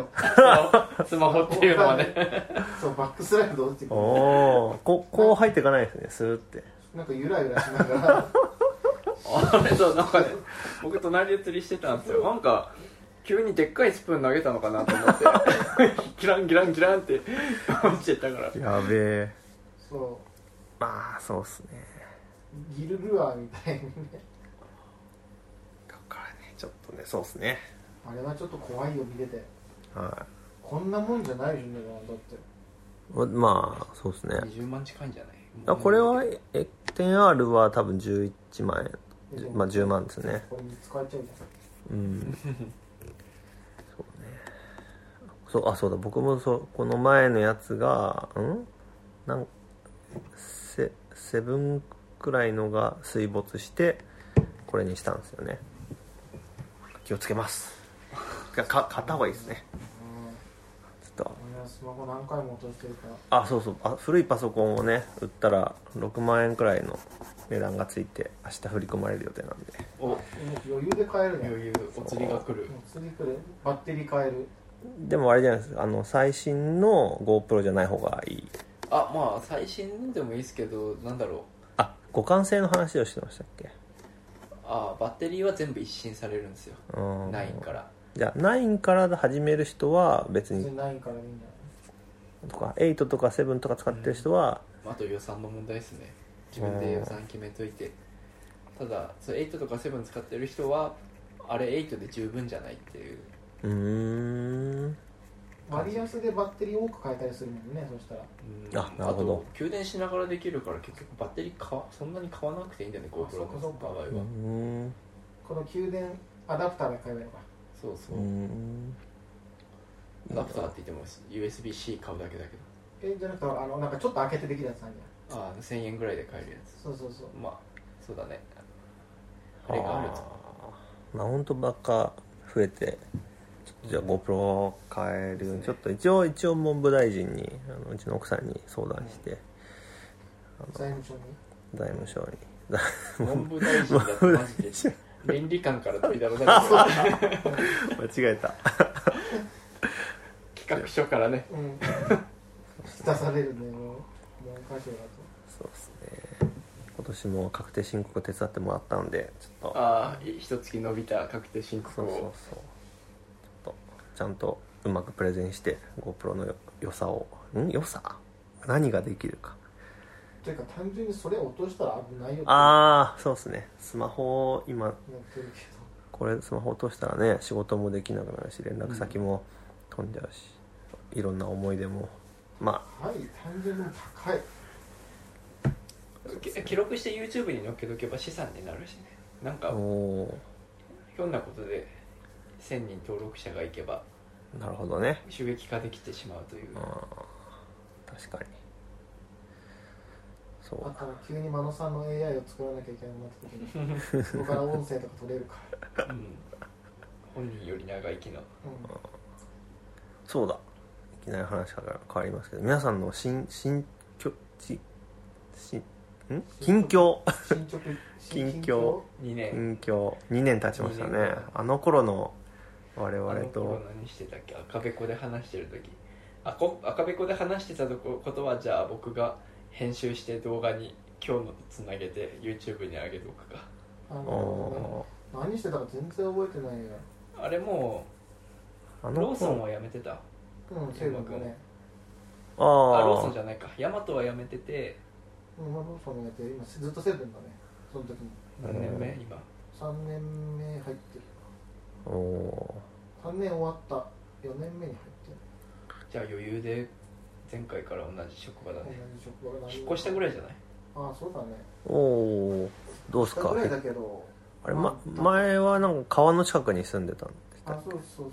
[SPEAKER 4] スマホっていうのはね
[SPEAKER 2] そうバックスライド落ちてく
[SPEAKER 3] お
[SPEAKER 2] る
[SPEAKER 3] おーここう入っていかないですねスーって
[SPEAKER 2] なんかゆらゆらしながら
[SPEAKER 4] あれそうなんかね僕隣で釣りしてたんですよなんか急にでっかいスプーン投げたのかなと思って ギランギランギランって落ちてったから
[SPEAKER 3] やべえ
[SPEAKER 2] そ
[SPEAKER 3] まあそうっすね
[SPEAKER 2] うギルルアーみたいにね
[SPEAKER 3] だからねちょっとねそうっすね
[SPEAKER 2] あれはちょっと怖いよ見てて
[SPEAKER 3] は
[SPEAKER 2] こんなもんじゃないよねだって
[SPEAKER 3] いままあそうですね
[SPEAKER 4] 20万近いんじゃない
[SPEAKER 3] あこれはえ 10R は多分11万円まあ10万ですね
[SPEAKER 2] これに使えちゃうじゃん
[SPEAKER 3] うんそうねそうあそうだ僕もそうこの前のやつがうんなんセセブンくらいのが水没してこれにしたんですよね気をつけます かか買った方がいいですね
[SPEAKER 2] うん
[SPEAKER 3] ちょっと
[SPEAKER 2] 俺はスマホ何回も落としてるから
[SPEAKER 3] あそうそうあ古いパソコンをね売ったら6万円くらいの値段がついて明日振り込まれる予定なんで
[SPEAKER 4] お
[SPEAKER 2] 余裕で買えるね
[SPEAKER 4] 余裕お釣りが来る
[SPEAKER 2] もう次来るバッテリー変える
[SPEAKER 3] でもあれじゃないですかあの最新の GoPro じゃない方がいい
[SPEAKER 4] あまあ最新でもいいですけどなんだろ
[SPEAKER 3] あ互換性の話をしてましたっけ
[SPEAKER 4] うあバッテリーは全部一新されるんですよ
[SPEAKER 3] うん
[SPEAKER 4] ないから
[SPEAKER 3] じゃあ9から始める人は別
[SPEAKER 2] 別
[SPEAKER 3] に
[SPEAKER 2] にないからいいんじ
[SPEAKER 3] とか8とか7とか使ってる人は、
[SPEAKER 4] あと予算の問題ですね自分で予算決めといてただそう8とか7使ってる人はあれ8で十分じゃないっていう
[SPEAKER 3] うーん
[SPEAKER 2] ゃない割安でバッテリー多く変えたりするもんねそしたら
[SPEAKER 4] うん
[SPEAKER 3] あなるほど
[SPEAKER 4] あと給電しながらできるから結局バッテリー買わそんなに買わなくていいんだよね GoPro
[SPEAKER 2] そうかそ
[SPEAKER 4] の
[SPEAKER 2] うか
[SPEAKER 4] 場合は
[SPEAKER 3] うーん
[SPEAKER 2] この給電アダプターで買えばいいのか
[SPEAKER 4] そうそう
[SPEAKER 3] ー
[SPEAKER 4] うんアダプターって言っても USB-C 買うだけだけ
[SPEAKER 2] えじゃなくてあのなんかちょっと開けてできるやつなんじゃ
[SPEAKER 4] どあ1000円ぐらいで買えるやつ
[SPEAKER 2] んそうそうそう
[SPEAKER 4] まあそうだねあれがある と
[SPEAKER 3] あーマウントばっか増えてちょっとじゃあ GoPro を変えるようにちょっと一応一応文部大臣にあのうちの奥さんに相談して
[SPEAKER 2] 財務省に
[SPEAKER 3] 財務省に
[SPEAKER 4] 文部大臣だってマジで倫理観から飛び出された
[SPEAKER 3] 間違えた
[SPEAKER 4] 企画書からね
[SPEAKER 2] うん 出されるねもう文科省だ
[SPEAKER 3] そうですね今年も確定申告手伝ってもらったんでちょっと
[SPEAKER 4] ああ一月伸びた確定申告
[SPEAKER 3] そうそう
[SPEAKER 4] を
[SPEAKER 3] そうちょっとちゃんとうまくプレゼンして GoPro のよ良さをん良さ何ができるか
[SPEAKER 2] とというか単純にそれ落としたら危ないよって
[SPEAKER 3] ああそうですねスマホを今
[SPEAKER 2] なってるけ
[SPEAKER 3] これスマホ落としたらね仕事もできなくなるし連絡先も飛んじゃうし、いろんな思い出もま
[SPEAKER 2] どはい単純に高い
[SPEAKER 4] け記録して YouTube に載っけとけば資産になるしねなん
[SPEAKER 3] あ
[SPEAKER 4] か
[SPEAKER 3] おー
[SPEAKER 4] ひょんなことで1000人登録者がいけば
[SPEAKER 3] なるほどね
[SPEAKER 4] 収益化できてしまうという
[SPEAKER 3] あー確かにそ
[SPEAKER 2] あ
[SPEAKER 3] う
[SPEAKER 2] と急に真野さんの AI を作らなきゃいけなくなった時にそこから音声とか取れるから、
[SPEAKER 4] うん本人より長生きの
[SPEAKER 2] うん
[SPEAKER 3] そうだいきなり話が変わりますけど皆さんの新新居ちしん近況
[SPEAKER 2] 進捗
[SPEAKER 3] 近況
[SPEAKER 4] 2年
[SPEAKER 3] 近況2年経ちました
[SPEAKER 4] 二
[SPEAKER 3] ね
[SPEAKER 4] 年
[SPEAKER 3] あの頃の我
[SPEAKER 4] あ
[SPEAKER 3] 々
[SPEAKER 4] の頃
[SPEAKER 3] と
[SPEAKER 4] 何してたっけ赤べこで話してる時あこ赤べこで話してたとこことはじゃあ僕が編集して動画に今日のとつなげて YouTube に上げとくか
[SPEAKER 2] あの
[SPEAKER 3] お
[SPEAKER 2] 何してたか全然覚えてないよ
[SPEAKER 4] あれも
[SPEAKER 3] ーあ
[SPEAKER 4] うローソン
[SPEAKER 3] 頃
[SPEAKER 4] はやめてた
[SPEAKER 2] うんそういえばね
[SPEAKER 3] あ
[SPEAKER 4] あ
[SPEAKER 3] あ
[SPEAKER 4] ローソンじゃないかヤマトはやめてて
[SPEAKER 2] うんまあローソンもやってる今ずっとセブンだねその時も
[SPEAKER 4] 何年目今
[SPEAKER 2] 3年目入ってる
[SPEAKER 3] おお
[SPEAKER 2] 3年終わった4年目に入ってる
[SPEAKER 4] じゃあ余裕で前回から同じ職場だ
[SPEAKER 2] 同じ
[SPEAKER 4] ね
[SPEAKER 2] 職場が
[SPEAKER 4] 引っ越したぐらいじゃない
[SPEAKER 2] ああそうだね
[SPEAKER 3] ーおーどうす
[SPEAKER 2] 引っ越したぐ
[SPEAKER 3] か
[SPEAKER 2] らいだけど
[SPEAKER 3] あれ、ま、前はなんか川の近くに住んでたんでした
[SPEAKER 2] あ
[SPEAKER 3] っけ
[SPEAKER 2] そうそうそう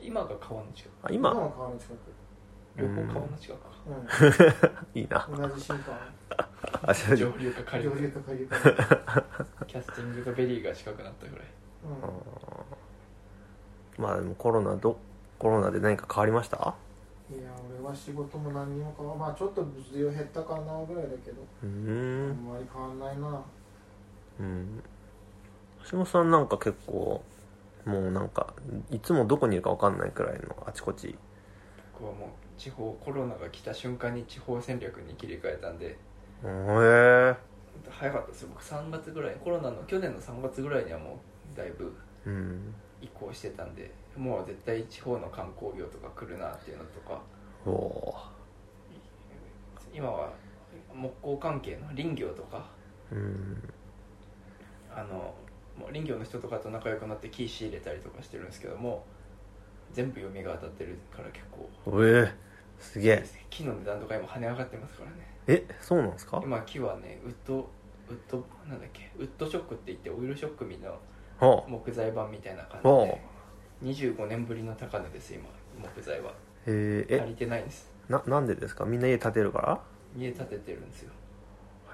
[SPEAKER 4] 今が川の近く
[SPEAKER 3] あ今
[SPEAKER 2] 今の川の近
[SPEAKER 4] 両方川の近くか
[SPEAKER 2] く
[SPEAKER 3] いいな
[SPEAKER 2] うん同じ新 川
[SPEAKER 3] あじゃあじゃ
[SPEAKER 4] 上流か下
[SPEAKER 2] 上
[SPEAKER 4] 流
[SPEAKER 2] 流か下流 か
[SPEAKER 4] かキャスティングとベリーが近くなったぐらい
[SPEAKER 2] うん
[SPEAKER 3] ああまあでもコロナどコロナで何か変わりました
[SPEAKER 2] いや俺は仕事も何にも変わまあちょっと物量減ったかなぐらいだけど、
[SPEAKER 3] うー
[SPEAKER 2] あ
[SPEAKER 3] ん
[SPEAKER 2] んまり変わんないな
[SPEAKER 3] うん橋本さんなんか結構もうなんかいつもどこにいるか分かんないくらいのあちこち
[SPEAKER 4] 僕はもう地方コロナが来た瞬間に地方戦略に切り替えたんで
[SPEAKER 3] へえ
[SPEAKER 4] 早かったですよ僕3月ぐらいコロナの去年の3月ぐらいにはもうだいぶ
[SPEAKER 3] うん
[SPEAKER 4] 移行してたんでもう絶対地方の観光業とか来るなっていうのとか
[SPEAKER 3] おお
[SPEAKER 4] 今は木工関係の林業とか
[SPEAKER 3] ーうん
[SPEAKER 4] あのもう林業の人とかと仲良くなって木仕入れたりとかしてるんですけども全部読みが当たってるから結構
[SPEAKER 3] うえすげえ
[SPEAKER 4] 木の値段とか今跳ね上がってますからね
[SPEAKER 3] えそうなんですか
[SPEAKER 4] 今木はねウッドウッドなんだっけウッドショックって言ってオイルショックみの
[SPEAKER 3] はあ
[SPEAKER 4] 木材版みたいな感
[SPEAKER 3] お
[SPEAKER 4] じ
[SPEAKER 3] う
[SPEAKER 4] で25年ぶりの高値です今木材は
[SPEAKER 3] へ
[SPEAKER 4] 足
[SPEAKER 3] え
[SPEAKER 4] りてないんです
[SPEAKER 3] えななんでですかみんな家建てるか
[SPEAKER 4] 家建ててるんですよ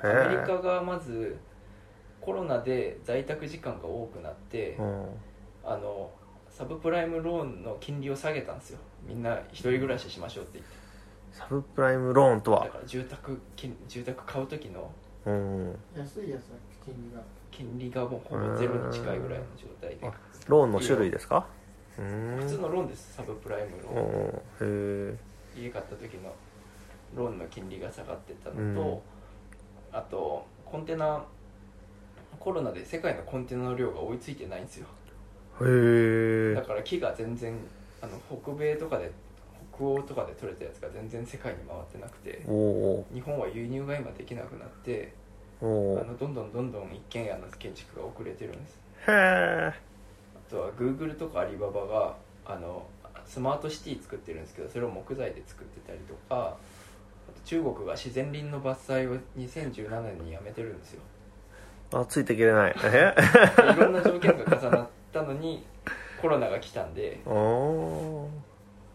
[SPEAKER 4] ア
[SPEAKER 3] ら
[SPEAKER 4] メ
[SPEAKER 3] へ
[SPEAKER 4] リ
[SPEAKER 3] え
[SPEAKER 4] カがまずコロナで在宅時間が多くなって
[SPEAKER 3] うん
[SPEAKER 4] あのサブプライムローンの金利を下げたんですよみんな一人暮らししましょうって言って
[SPEAKER 3] サブプライムローンと
[SPEAKER 4] だ
[SPEAKER 3] は
[SPEAKER 4] から住宅金住宅買う時の
[SPEAKER 3] うん
[SPEAKER 2] 安いやつだ金利が
[SPEAKER 4] 金利がもうほぼゼロに近いぐらいの状態で
[SPEAKER 3] あローンの種類ですかう
[SPEAKER 4] 普通
[SPEAKER 3] ーん
[SPEAKER 4] のローンですサブプライム
[SPEAKER 3] う
[SPEAKER 4] ローン
[SPEAKER 3] んへえ
[SPEAKER 4] 家買った時のローンの金利が下がってたのと、あとコンテナコロナで世界のコンテナの量が追いついてないんですよ
[SPEAKER 3] へ
[SPEAKER 4] だ
[SPEAKER 3] え
[SPEAKER 4] から木が全然あの北米とかで北欧とかで取れたやつが全然世界に回ってなくて
[SPEAKER 3] おお
[SPEAKER 4] 日本は輸入が今できなくなって
[SPEAKER 3] お
[SPEAKER 4] あ
[SPEAKER 3] お
[SPEAKER 4] のどんどんどんどん一軒家の建築が遅れてるんです
[SPEAKER 3] へえ
[SPEAKER 4] あとは Google とかアリババがあのスマートシティ作ってるんですけどそれを木材で作ってたりとかあと中国が自然林の伐採を2017年にやめてるんですよ
[SPEAKER 3] あついていけれない え
[SPEAKER 4] でいろんな条件が重なったのにコロナが来たんで
[SPEAKER 3] お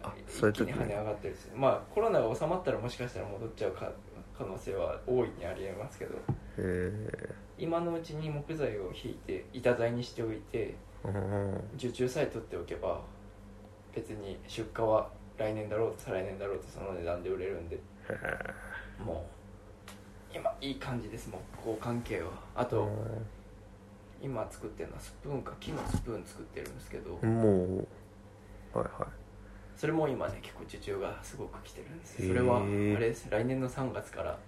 [SPEAKER 3] あそうい
[SPEAKER 4] 一
[SPEAKER 3] う
[SPEAKER 4] 気
[SPEAKER 3] 時
[SPEAKER 4] に跳ね上がってるんですよまあコロナが収まったらもしかしたら戻っちゃうか可能性は大いにありえますけど
[SPEAKER 3] へえ
[SPEAKER 4] 今のうちに木材を引いて板材にしておいて
[SPEAKER 3] うん
[SPEAKER 4] 受注さえ取っておけば別に出荷は来年だろうと再来年だろうとその値段で売れるんで
[SPEAKER 3] へえ
[SPEAKER 4] もう今いい感じです木工関係はあと、今作ってるのはスプーンか木のスプーン作ってるんですけど、
[SPEAKER 3] もうはいは
[SPEAKER 4] それも今ね結構受注がすごく来てるんです
[SPEAKER 3] へー
[SPEAKER 4] それはあれです来年の3月から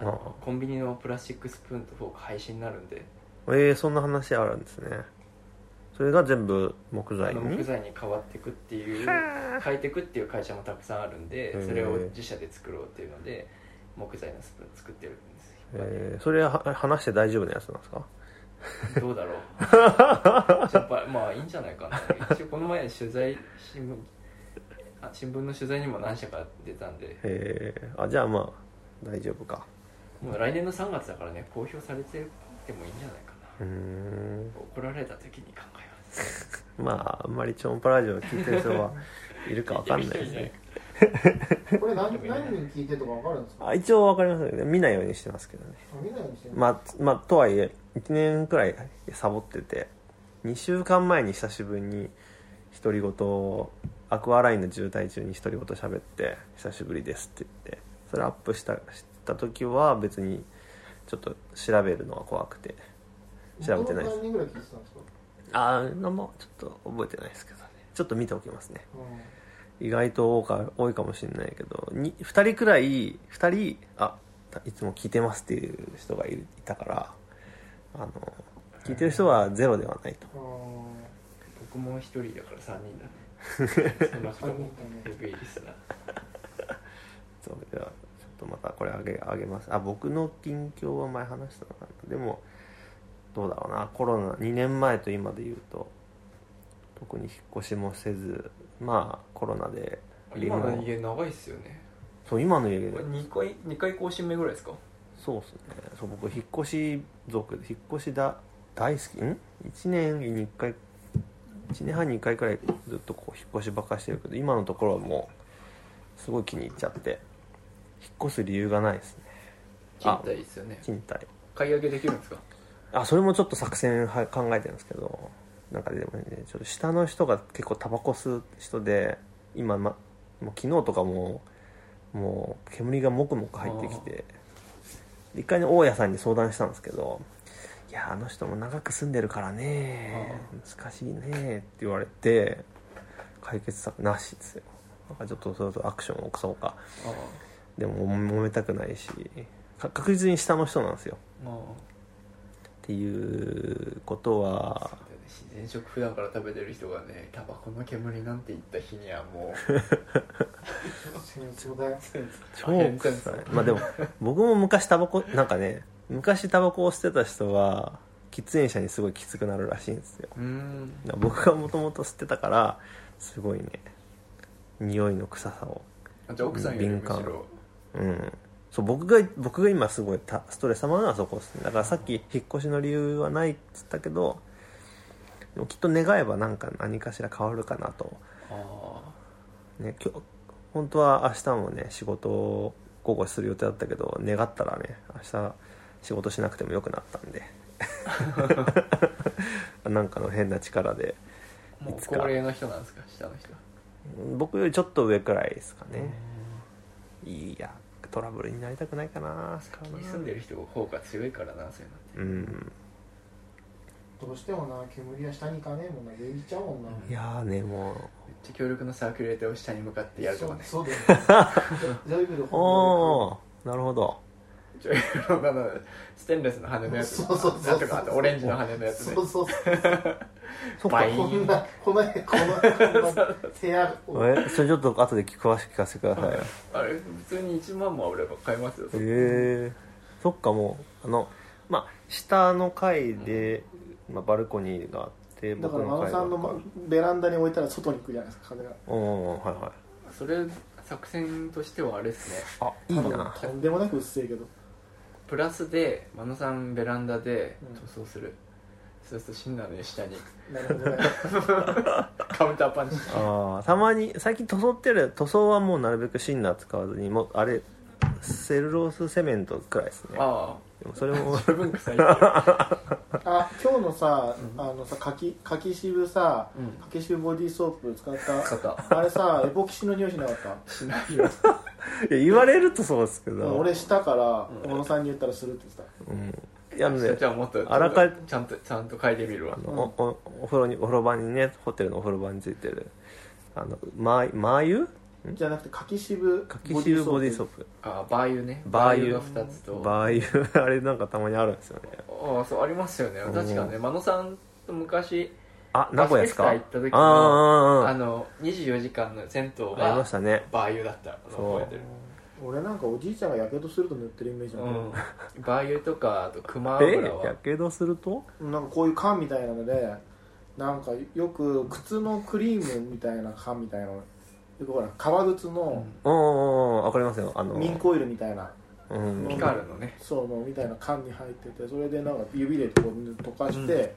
[SPEAKER 4] あの
[SPEAKER 3] あ
[SPEAKER 4] コンビニのプラスチックスプーンとフォーク廃止になるんで
[SPEAKER 3] いえー、そんな話あるんですねそれが全部木
[SPEAKER 4] あ
[SPEAKER 3] 材
[SPEAKER 4] の
[SPEAKER 3] に
[SPEAKER 4] 木材に変わっていくっていう変えていくっていう会社もたくさんあるんで
[SPEAKER 3] へー
[SPEAKER 4] それを自社で作ろうっていうので木材のスプーン作ってるんですよ、
[SPEAKER 3] えー、それはは話して大丈夫なやつなんですか
[SPEAKER 4] どうだろう先輩まあいいんじゃないかな一応この前取材新聞あ新聞の取材にも何社か出たんで
[SPEAKER 3] えー、あじゃあまあ大丈夫か
[SPEAKER 4] もう来年の3月だからね公表されててもいいんじゃないかな
[SPEAKER 3] うーん
[SPEAKER 4] 怒られた時に考えます
[SPEAKER 3] まああんまりチョンパラジオ聞いてる人はいるかわかんないですね
[SPEAKER 2] これ何何人聞いてとかわかるんですか
[SPEAKER 3] あ一応わかりますけどね見ないようにしてますけどね
[SPEAKER 2] あ見ないようにしてる
[SPEAKER 3] まあまあとはいえ1年くらいサボってて2週間前に久しぶりに独り言をアクアラインの渋滞中に独り言喋って「久しぶりです」って言ってそれアップしたした時は別にちょっと調べるのは怖くて調べてない
[SPEAKER 2] 元々
[SPEAKER 3] です
[SPEAKER 2] 何人ぐらい聞いてたんですか、
[SPEAKER 3] ああんまちょっと覚えてないですけどねちょっと見ておきますね
[SPEAKER 2] うん
[SPEAKER 3] 意外と多か多いかもしれないけど 2, 人くらい2人あいつも聞いてますっていう人がいるいたからあの聞いてる人はゼロではないと
[SPEAKER 2] あ
[SPEAKER 4] 僕も一人だから3人だねその人もヘビーリスナー
[SPEAKER 3] そうではちょっとまたこれあげあげますあ僕の近況は前話したのかなでもどうだろうなコロナ2年前と今で言うと特に引っ越しもせずまあコロナで
[SPEAKER 4] 今の家長いっすよね
[SPEAKER 3] そう今の家で
[SPEAKER 4] これ2回二回更新目ぐらいですか
[SPEAKER 3] そうですねそう僕引っ越し族で引っ越しだ大好きん1年に1回1年半に1回くらいずっとこう引っ越しばっかしてるけど今のところはもうすごい気に入っちゃって引っ越す理由がないですね
[SPEAKER 4] 賃貸ですよね
[SPEAKER 3] 賃貸
[SPEAKER 4] 買い上げできるんですか
[SPEAKER 3] あそれもちょっと作戦は考えてるんですけどなんかでもねちょっと下の人が結構タバコ吸う人で今、ま、もう昨日とかももう煙がもくもく入ってきてで一回ね大家さんに相談したんですけど「いやあの人も長く住んでるからね難しいね」って言われて解決策なしですよなんかちょっとそろそろアクションを起こそうか
[SPEAKER 4] ああ
[SPEAKER 3] でも揉めたくないしか確実に下の人なんですよっていうことは
[SPEAKER 4] 自然食普段から食べてる人がねタバコの煙なんて言った日にはもう
[SPEAKER 2] あ戦争だよ
[SPEAKER 3] 超臭いまあでも僕も昔タバコなんかね昔タバコを捨てた人は喫煙者にすごいきつくなるらしいんですよ
[SPEAKER 4] うん
[SPEAKER 3] だから僕がもともと吸ってたからすごいね匂いの臭さを
[SPEAKER 4] あじゃあ奥さんよりむし
[SPEAKER 3] 敏
[SPEAKER 4] ろ
[SPEAKER 3] うんそう僕が僕が今すごいたストレス溜まるのはそこですねだからさっき引っ越しの理由はないっつったけどでもきっと願えばなんか何かしら変わるかなと
[SPEAKER 4] あ
[SPEAKER 3] ね今日本当は明日もね仕事を午後する予定だったけど願ったらね明日仕事しなくてもよくなったん でなんかの変な力で
[SPEAKER 4] あも
[SPEAKER 3] いうつ
[SPEAKER 4] 高
[SPEAKER 3] か
[SPEAKER 4] 齢の人なんですか下の人
[SPEAKER 3] 僕よりちょっと上くらいですかねいやトラブルになりたくないかな
[SPEAKER 4] 気に住んでる人の方が強いからなそういうのって
[SPEAKER 3] うん
[SPEAKER 2] どうしてもな煙は下に行かねえもんな出入りちゃうもんな、
[SPEAKER 3] いやーねも
[SPEAKER 4] めっちゃ強力なサーキュレーターを下に向かってやるとかね
[SPEAKER 2] そうそうだよ、ね、だいぶで
[SPEAKER 3] うおーなるほど
[SPEAKER 4] ちょいろなのステンレスの羽のやつ
[SPEAKER 2] そうそうそう
[SPEAKER 4] なんとかあとオレンジの羽のやつね
[SPEAKER 2] そうそう
[SPEAKER 3] そっか
[SPEAKER 4] バイ
[SPEAKER 2] こんなこんなこんなこんな部屋を
[SPEAKER 3] えそれちょっと後で詳しく聞かせてくださいよ
[SPEAKER 4] あれ普通に1万もあれば買えますよ
[SPEAKER 3] へえそっかもうあのまあ下の階で、まあ、バルコニーがあって
[SPEAKER 2] だから
[SPEAKER 3] 僕
[SPEAKER 2] 真
[SPEAKER 3] の
[SPEAKER 2] 野
[SPEAKER 3] 階が
[SPEAKER 2] さ
[SPEAKER 3] あ
[SPEAKER 2] ん
[SPEAKER 3] るから
[SPEAKER 2] のベランダに置いたら外に行くじゃないですか風が
[SPEAKER 3] うんうんはいはい
[SPEAKER 4] それ作戦としてはあれですね
[SPEAKER 3] あいい
[SPEAKER 2] 多分
[SPEAKER 3] な
[SPEAKER 2] とんでもなくうっせえけど
[SPEAKER 4] プラスで真野さんベランダで
[SPEAKER 2] うん
[SPEAKER 4] 塗装する、そうするとシンナーの下 に
[SPEAKER 2] なるほどね
[SPEAKER 4] カウンターパンチ
[SPEAKER 3] あーたまに最近塗装ってる塗装はもうなるべくシンナー使わずにもうあれセルロースセメントくらいですね
[SPEAKER 4] あ
[SPEAKER 3] でもそれも
[SPEAKER 4] あ十分臭いけど
[SPEAKER 2] あ今日のさあのさ柿柿渋さ
[SPEAKER 4] うん
[SPEAKER 2] 柿渋ボディーソープ使っ
[SPEAKER 4] 肩
[SPEAKER 2] たあれさエボキシの匂いしなかった
[SPEAKER 4] しないよ
[SPEAKER 3] いや言われるとそうですけど
[SPEAKER 2] 俺したから
[SPEAKER 4] うん
[SPEAKER 2] 小野さんに言ったらするって言って
[SPEAKER 3] うんいやね
[SPEAKER 4] じゃあもっと
[SPEAKER 3] あらか
[SPEAKER 4] ちゃんとちゃんと嗅いでみるわ
[SPEAKER 3] あのおおお風呂にお風呂場にねホテルのお風呂場についてるあのマーマー油
[SPEAKER 2] たじゃなくて柿渋
[SPEAKER 3] 柿汁ボディーソープ
[SPEAKER 4] あバー油ね
[SPEAKER 3] バー油
[SPEAKER 4] が2つと
[SPEAKER 3] バー油あれなんかたまにあるんですよね
[SPEAKER 4] ああそうありますよね
[SPEAKER 3] うん
[SPEAKER 4] 確かね真野さんと昔
[SPEAKER 3] あ名古屋ですか
[SPEAKER 4] バスケット行った時の
[SPEAKER 3] あー
[SPEAKER 4] あ
[SPEAKER 3] あーあ
[SPEAKER 4] の24時間の銭湯
[SPEAKER 3] ーありま
[SPEAKER 4] が
[SPEAKER 3] したね
[SPEAKER 4] バー油だったのを覚えてる
[SPEAKER 2] 俺なんかおじいちゃんがやけどすると塗ってるイメージあ
[SPEAKER 4] うんバー油とかあと熊
[SPEAKER 3] え
[SPEAKER 4] 油は
[SPEAKER 3] やけどすると
[SPEAKER 2] る、なんかこういう缶みたいなのでなんかよく靴のクリームみたいな缶みたいなのよくほら革靴の
[SPEAKER 3] うんうんうんわかりますよあの
[SPEAKER 2] ミンクオイルみたいな
[SPEAKER 3] うん
[SPEAKER 4] ピカールのね
[SPEAKER 2] そうもうみたいな缶に入っててそれでなんか指でこう溶かして、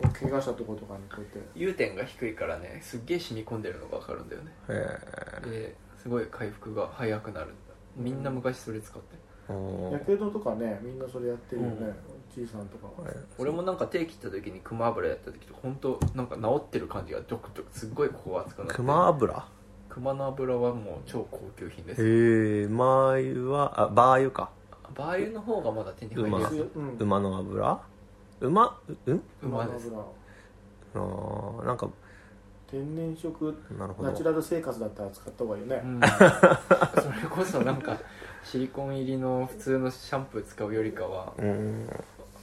[SPEAKER 2] こう怪我したとことかにこうやって
[SPEAKER 4] 融点が低いからねすっげえ染み込んでるのが分かるんだよね
[SPEAKER 3] え
[SPEAKER 4] ですごい回復が早くなるみんな昔それ使ってる
[SPEAKER 3] えうん
[SPEAKER 2] やけどとかねみんなそれやってるよね、
[SPEAKER 4] うん
[SPEAKER 2] おじいさんとかは
[SPEAKER 4] 俺もなんか手切った時に熊油やった時と本当なんか治ってる感じがドクドクすっごいここ熱くなって
[SPEAKER 3] 熊油
[SPEAKER 4] 熊の油はもう超高級品です
[SPEAKER 3] へえマー油はあバー油か
[SPEAKER 4] バー油の方がまだ手に入り
[SPEAKER 3] ま
[SPEAKER 4] や
[SPEAKER 3] あ
[SPEAKER 4] す
[SPEAKER 2] う
[SPEAKER 4] い
[SPEAKER 2] ん
[SPEAKER 3] 馬の油馬うん
[SPEAKER 4] 馬です
[SPEAKER 2] 油を
[SPEAKER 3] あーなんか
[SPEAKER 2] 天然色
[SPEAKER 3] なるほ
[SPEAKER 2] ナチュラ
[SPEAKER 3] ど
[SPEAKER 2] ル生活だったら使った方がいいよね、
[SPEAKER 4] うん、 それこそなんかシリコン入りの普通のシャンプー使うよりかは
[SPEAKER 3] うん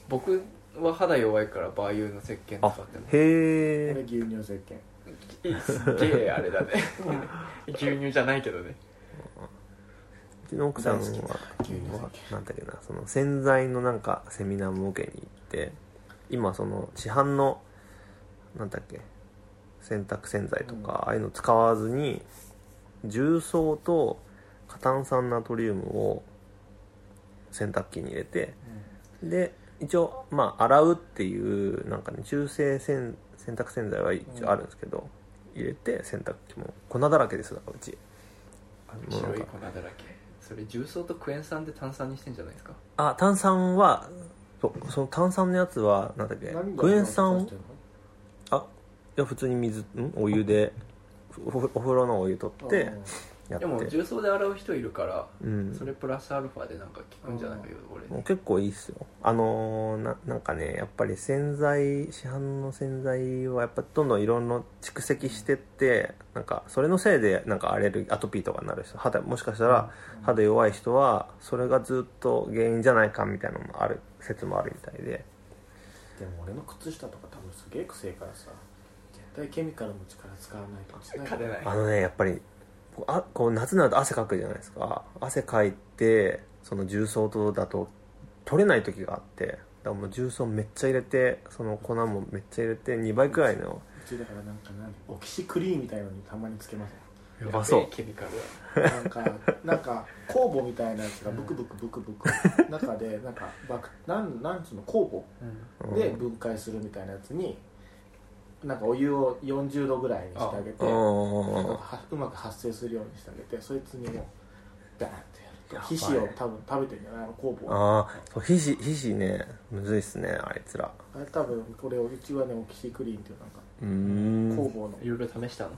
[SPEAKER 4] 僕は肌弱いからバー油の石鹸使
[SPEAKER 3] あ
[SPEAKER 4] ってます
[SPEAKER 3] へ
[SPEAKER 2] これ
[SPEAKER 3] え
[SPEAKER 2] 牛乳石鹸
[SPEAKER 4] すっげえあれだね牛乳じゃないけどね
[SPEAKER 3] うちの奥さんは
[SPEAKER 2] 大好き
[SPEAKER 3] なんだっけなその洗剤のなんかセミナーも受けに行って今その市販のなんだっけ洗濯洗剤とか、ああいうの使わずに重曹と過炭酸ナトリウムを洗濯機に入れてで一応まあ洗うっていうなんかね中性洗洗濯洗剤は一応あるんですけど、入れて洗濯機も粉だらけですよだからうち
[SPEAKER 4] 白い粉だらけそれ重曹とクエン酸で炭酸にしてんじゃないですか
[SPEAKER 3] あ炭酸はそうその炭酸のやつはなんだっけ
[SPEAKER 2] 何が
[SPEAKER 3] クエン酸
[SPEAKER 2] 出してんの
[SPEAKER 3] あいや普通に水んお湯でおお風呂のお湯取って
[SPEAKER 2] うん
[SPEAKER 3] やっ
[SPEAKER 4] でも
[SPEAKER 3] て
[SPEAKER 4] 重曹で洗う人いるから
[SPEAKER 3] うん
[SPEAKER 4] それプラスアルファでなんか効くんじゃないかよ俺
[SPEAKER 3] もう結構いいっすよあのーななんかねやっぱり洗剤市販の洗剤はやっぱどんどんいろんな蓄積してってなんかそれのせいでなんかアレルギーアトピーとかになる人肌もしかしたら肌弱い人はそれがずっと原因じゃないかみたいなのもある説もあるみたいで
[SPEAKER 2] でも俺の靴下とか多分すげえ臭いからさ絶対ケミカルの力使わないと落ちない
[SPEAKER 4] 勝てない
[SPEAKER 3] あのねやっぱりこうあこう夏になると汗かくじゃないですか汗かいてその重曹とだと取れない時があってからもう重曹めっちゃ入れてその粉もめっちゃ入れて2倍くらいの
[SPEAKER 2] うちだからなんかなんオキシクリーンみたいのにたまにつけます
[SPEAKER 3] やばそう
[SPEAKER 4] やべえケミカルだ
[SPEAKER 2] なんか なんか酵母みたいなやつがブクブクブクブク中でなんかバクなんなんつうの酵母で分解するみたいなやつになんかお湯を40度ぐらいにしてあげて
[SPEAKER 3] う
[SPEAKER 2] なんか
[SPEAKER 3] ん
[SPEAKER 2] はうまく発生するようにしてあげてそいつにもうダーンってやると
[SPEAKER 3] やばい
[SPEAKER 2] 皮脂を多分食べてるんじゃないの酵母を
[SPEAKER 3] ああそう皮脂皮脂ねむずいっすねあいつら
[SPEAKER 2] あれ多分これをうちはねオキシクリーンっていうなんか
[SPEAKER 3] うーん
[SPEAKER 2] 酵母の
[SPEAKER 4] いろいろ試したの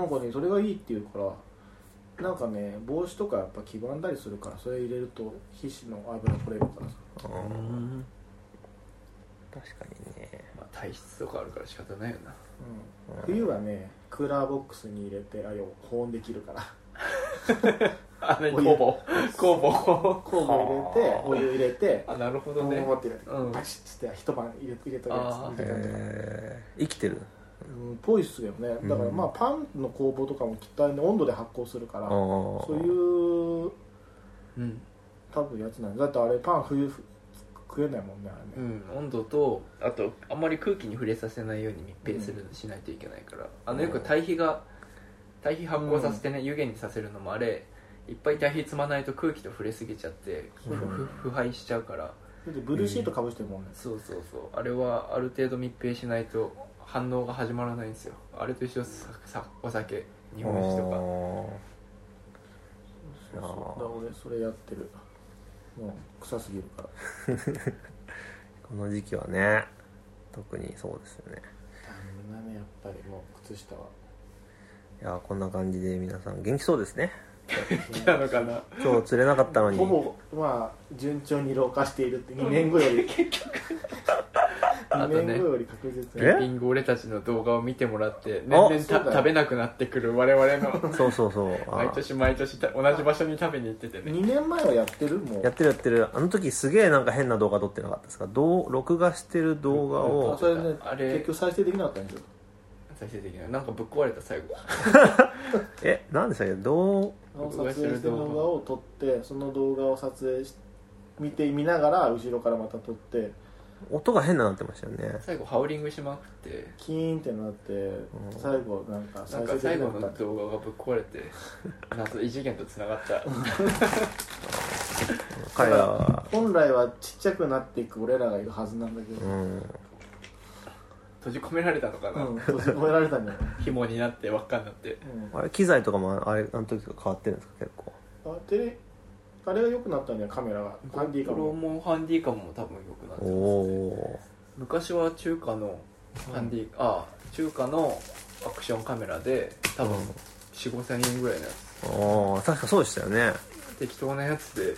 [SPEAKER 2] なんかねそれがいいっていうからなんかね帽子とかやっぱ黄ばんだりするからそれ入れると皮脂の油取れるからさ
[SPEAKER 3] あー確かにね
[SPEAKER 4] まあ体質とかあるから仕方ないよな
[SPEAKER 2] うん冬はねクーラーボックスに入れてあれを保温できるから
[SPEAKER 4] あ何
[SPEAKER 2] お湯
[SPEAKER 4] 酵母酵母
[SPEAKER 2] 酵母入れて
[SPEAKER 4] はあ
[SPEAKER 2] お湯入れて
[SPEAKER 4] あなるほ
[SPEAKER 2] こ
[SPEAKER 4] ど
[SPEAKER 2] のま
[SPEAKER 4] ね
[SPEAKER 2] まって入れて
[SPEAKER 4] うん
[SPEAKER 2] バチッつって一晩入れ入れとる
[SPEAKER 4] あー
[SPEAKER 2] やつみたいな
[SPEAKER 3] えー、生きてる
[SPEAKER 2] うんぽいっすよねだから
[SPEAKER 3] うん
[SPEAKER 2] まあパンの酵母とかもきっとあれね温度で発酵するか
[SPEAKER 3] あ
[SPEAKER 2] ら
[SPEAKER 3] あ
[SPEAKER 2] そ
[SPEAKER 3] そう
[SPEAKER 2] いう
[SPEAKER 4] うん、
[SPEAKER 2] 多分やつなんだだってあれパン冬ふ食えないもんねあれね
[SPEAKER 4] うん、温度とあとあんまり空気に触れさせないように密閉する、しないといけないからあのよく堆肥が堆肥発酵させてね、湯気にさせるのもあれいっぱい堆肥積まないと空気と触れすぎちゃってふ
[SPEAKER 2] うん
[SPEAKER 4] ふ腐敗しちゃうから
[SPEAKER 2] だってブルーシートかぶしてるもんね
[SPEAKER 4] そうそうそうあれはある程度密閉しないと反応が始まらないんですよあれと一緒ですささお酒日本酒とか
[SPEAKER 2] そうそうだから俺それやってるもう臭すぎるから
[SPEAKER 3] この時期はね特にそうですよね
[SPEAKER 2] みんなねやっぱりもう靴下はい
[SPEAKER 3] やーこんな感じで皆さん元気そうですね
[SPEAKER 4] 来たのかな
[SPEAKER 3] 今日釣れなかったの に
[SPEAKER 2] ほぼまあ順調に老化しているって2年後よ り結局
[SPEAKER 4] あとね
[SPEAKER 2] 2年後より確実に
[SPEAKER 3] え
[SPEAKER 4] リンゴ俺たちの動画を見てもらって年
[SPEAKER 3] あ
[SPEAKER 4] 々
[SPEAKER 2] そうだ
[SPEAKER 4] た
[SPEAKER 2] よ
[SPEAKER 4] 食べなくなってくる我々の
[SPEAKER 3] そうそうそう あ
[SPEAKER 4] 毎
[SPEAKER 3] ー
[SPEAKER 4] 年毎年た同じ場所に食べに行っててね
[SPEAKER 2] 2年前はやってるもう
[SPEAKER 3] やってるやってるあの時すげえなんか変な動画撮ってなかったですかどう録画してる動画
[SPEAKER 2] あ
[SPEAKER 3] を
[SPEAKER 2] それね
[SPEAKER 4] あれ
[SPEAKER 2] 結局再生できなかったんですよ
[SPEAKER 4] 最終的にはなんかぶっ壊れた最後
[SPEAKER 3] えなんでしたっけどう
[SPEAKER 2] あの撮影してる動画を撮ってその動画を撮影し見て見ながら後ろからまた撮って
[SPEAKER 3] 音が変なのになってましたよね
[SPEAKER 4] 最後ハウリングしまくって
[SPEAKER 2] キーンってなって最後なんか
[SPEAKER 4] な
[SPEAKER 2] 再
[SPEAKER 4] ん
[SPEAKER 2] 生
[SPEAKER 4] か
[SPEAKER 2] で
[SPEAKER 4] 最
[SPEAKER 2] きな
[SPEAKER 4] 後
[SPEAKER 2] か
[SPEAKER 4] の
[SPEAKER 2] った
[SPEAKER 4] 動画がぶっ壊れて謎異次元とつながった
[SPEAKER 3] 彼らは
[SPEAKER 2] 本来はちっちゃくなっていく俺らがいるはずなんだけ
[SPEAKER 3] う
[SPEAKER 2] ど、
[SPEAKER 3] ん
[SPEAKER 4] 閉じ込められたのかな、
[SPEAKER 2] うん、閉じ込められたんだよ、
[SPEAKER 4] 紐になって輪っかになって
[SPEAKER 2] うん
[SPEAKER 3] あれ機材とかもあれあの時と変わってるんですか結構
[SPEAKER 2] あテレあれが良くなったんだよカメラがハンディカ
[SPEAKER 4] ゴ
[SPEAKER 2] ム
[SPEAKER 4] ロもハンディカムも多分良くなって
[SPEAKER 3] お
[SPEAKER 4] ますね
[SPEAKER 3] お
[SPEAKER 4] 昔は中華のハンディ、あ中華のアクションカメラで多分
[SPEAKER 3] うん
[SPEAKER 4] 4 5千円ぐらいのやつ
[SPEAKER 3] ーおー確かそうでしたよね
[SPEAKER 4] 適当なやつで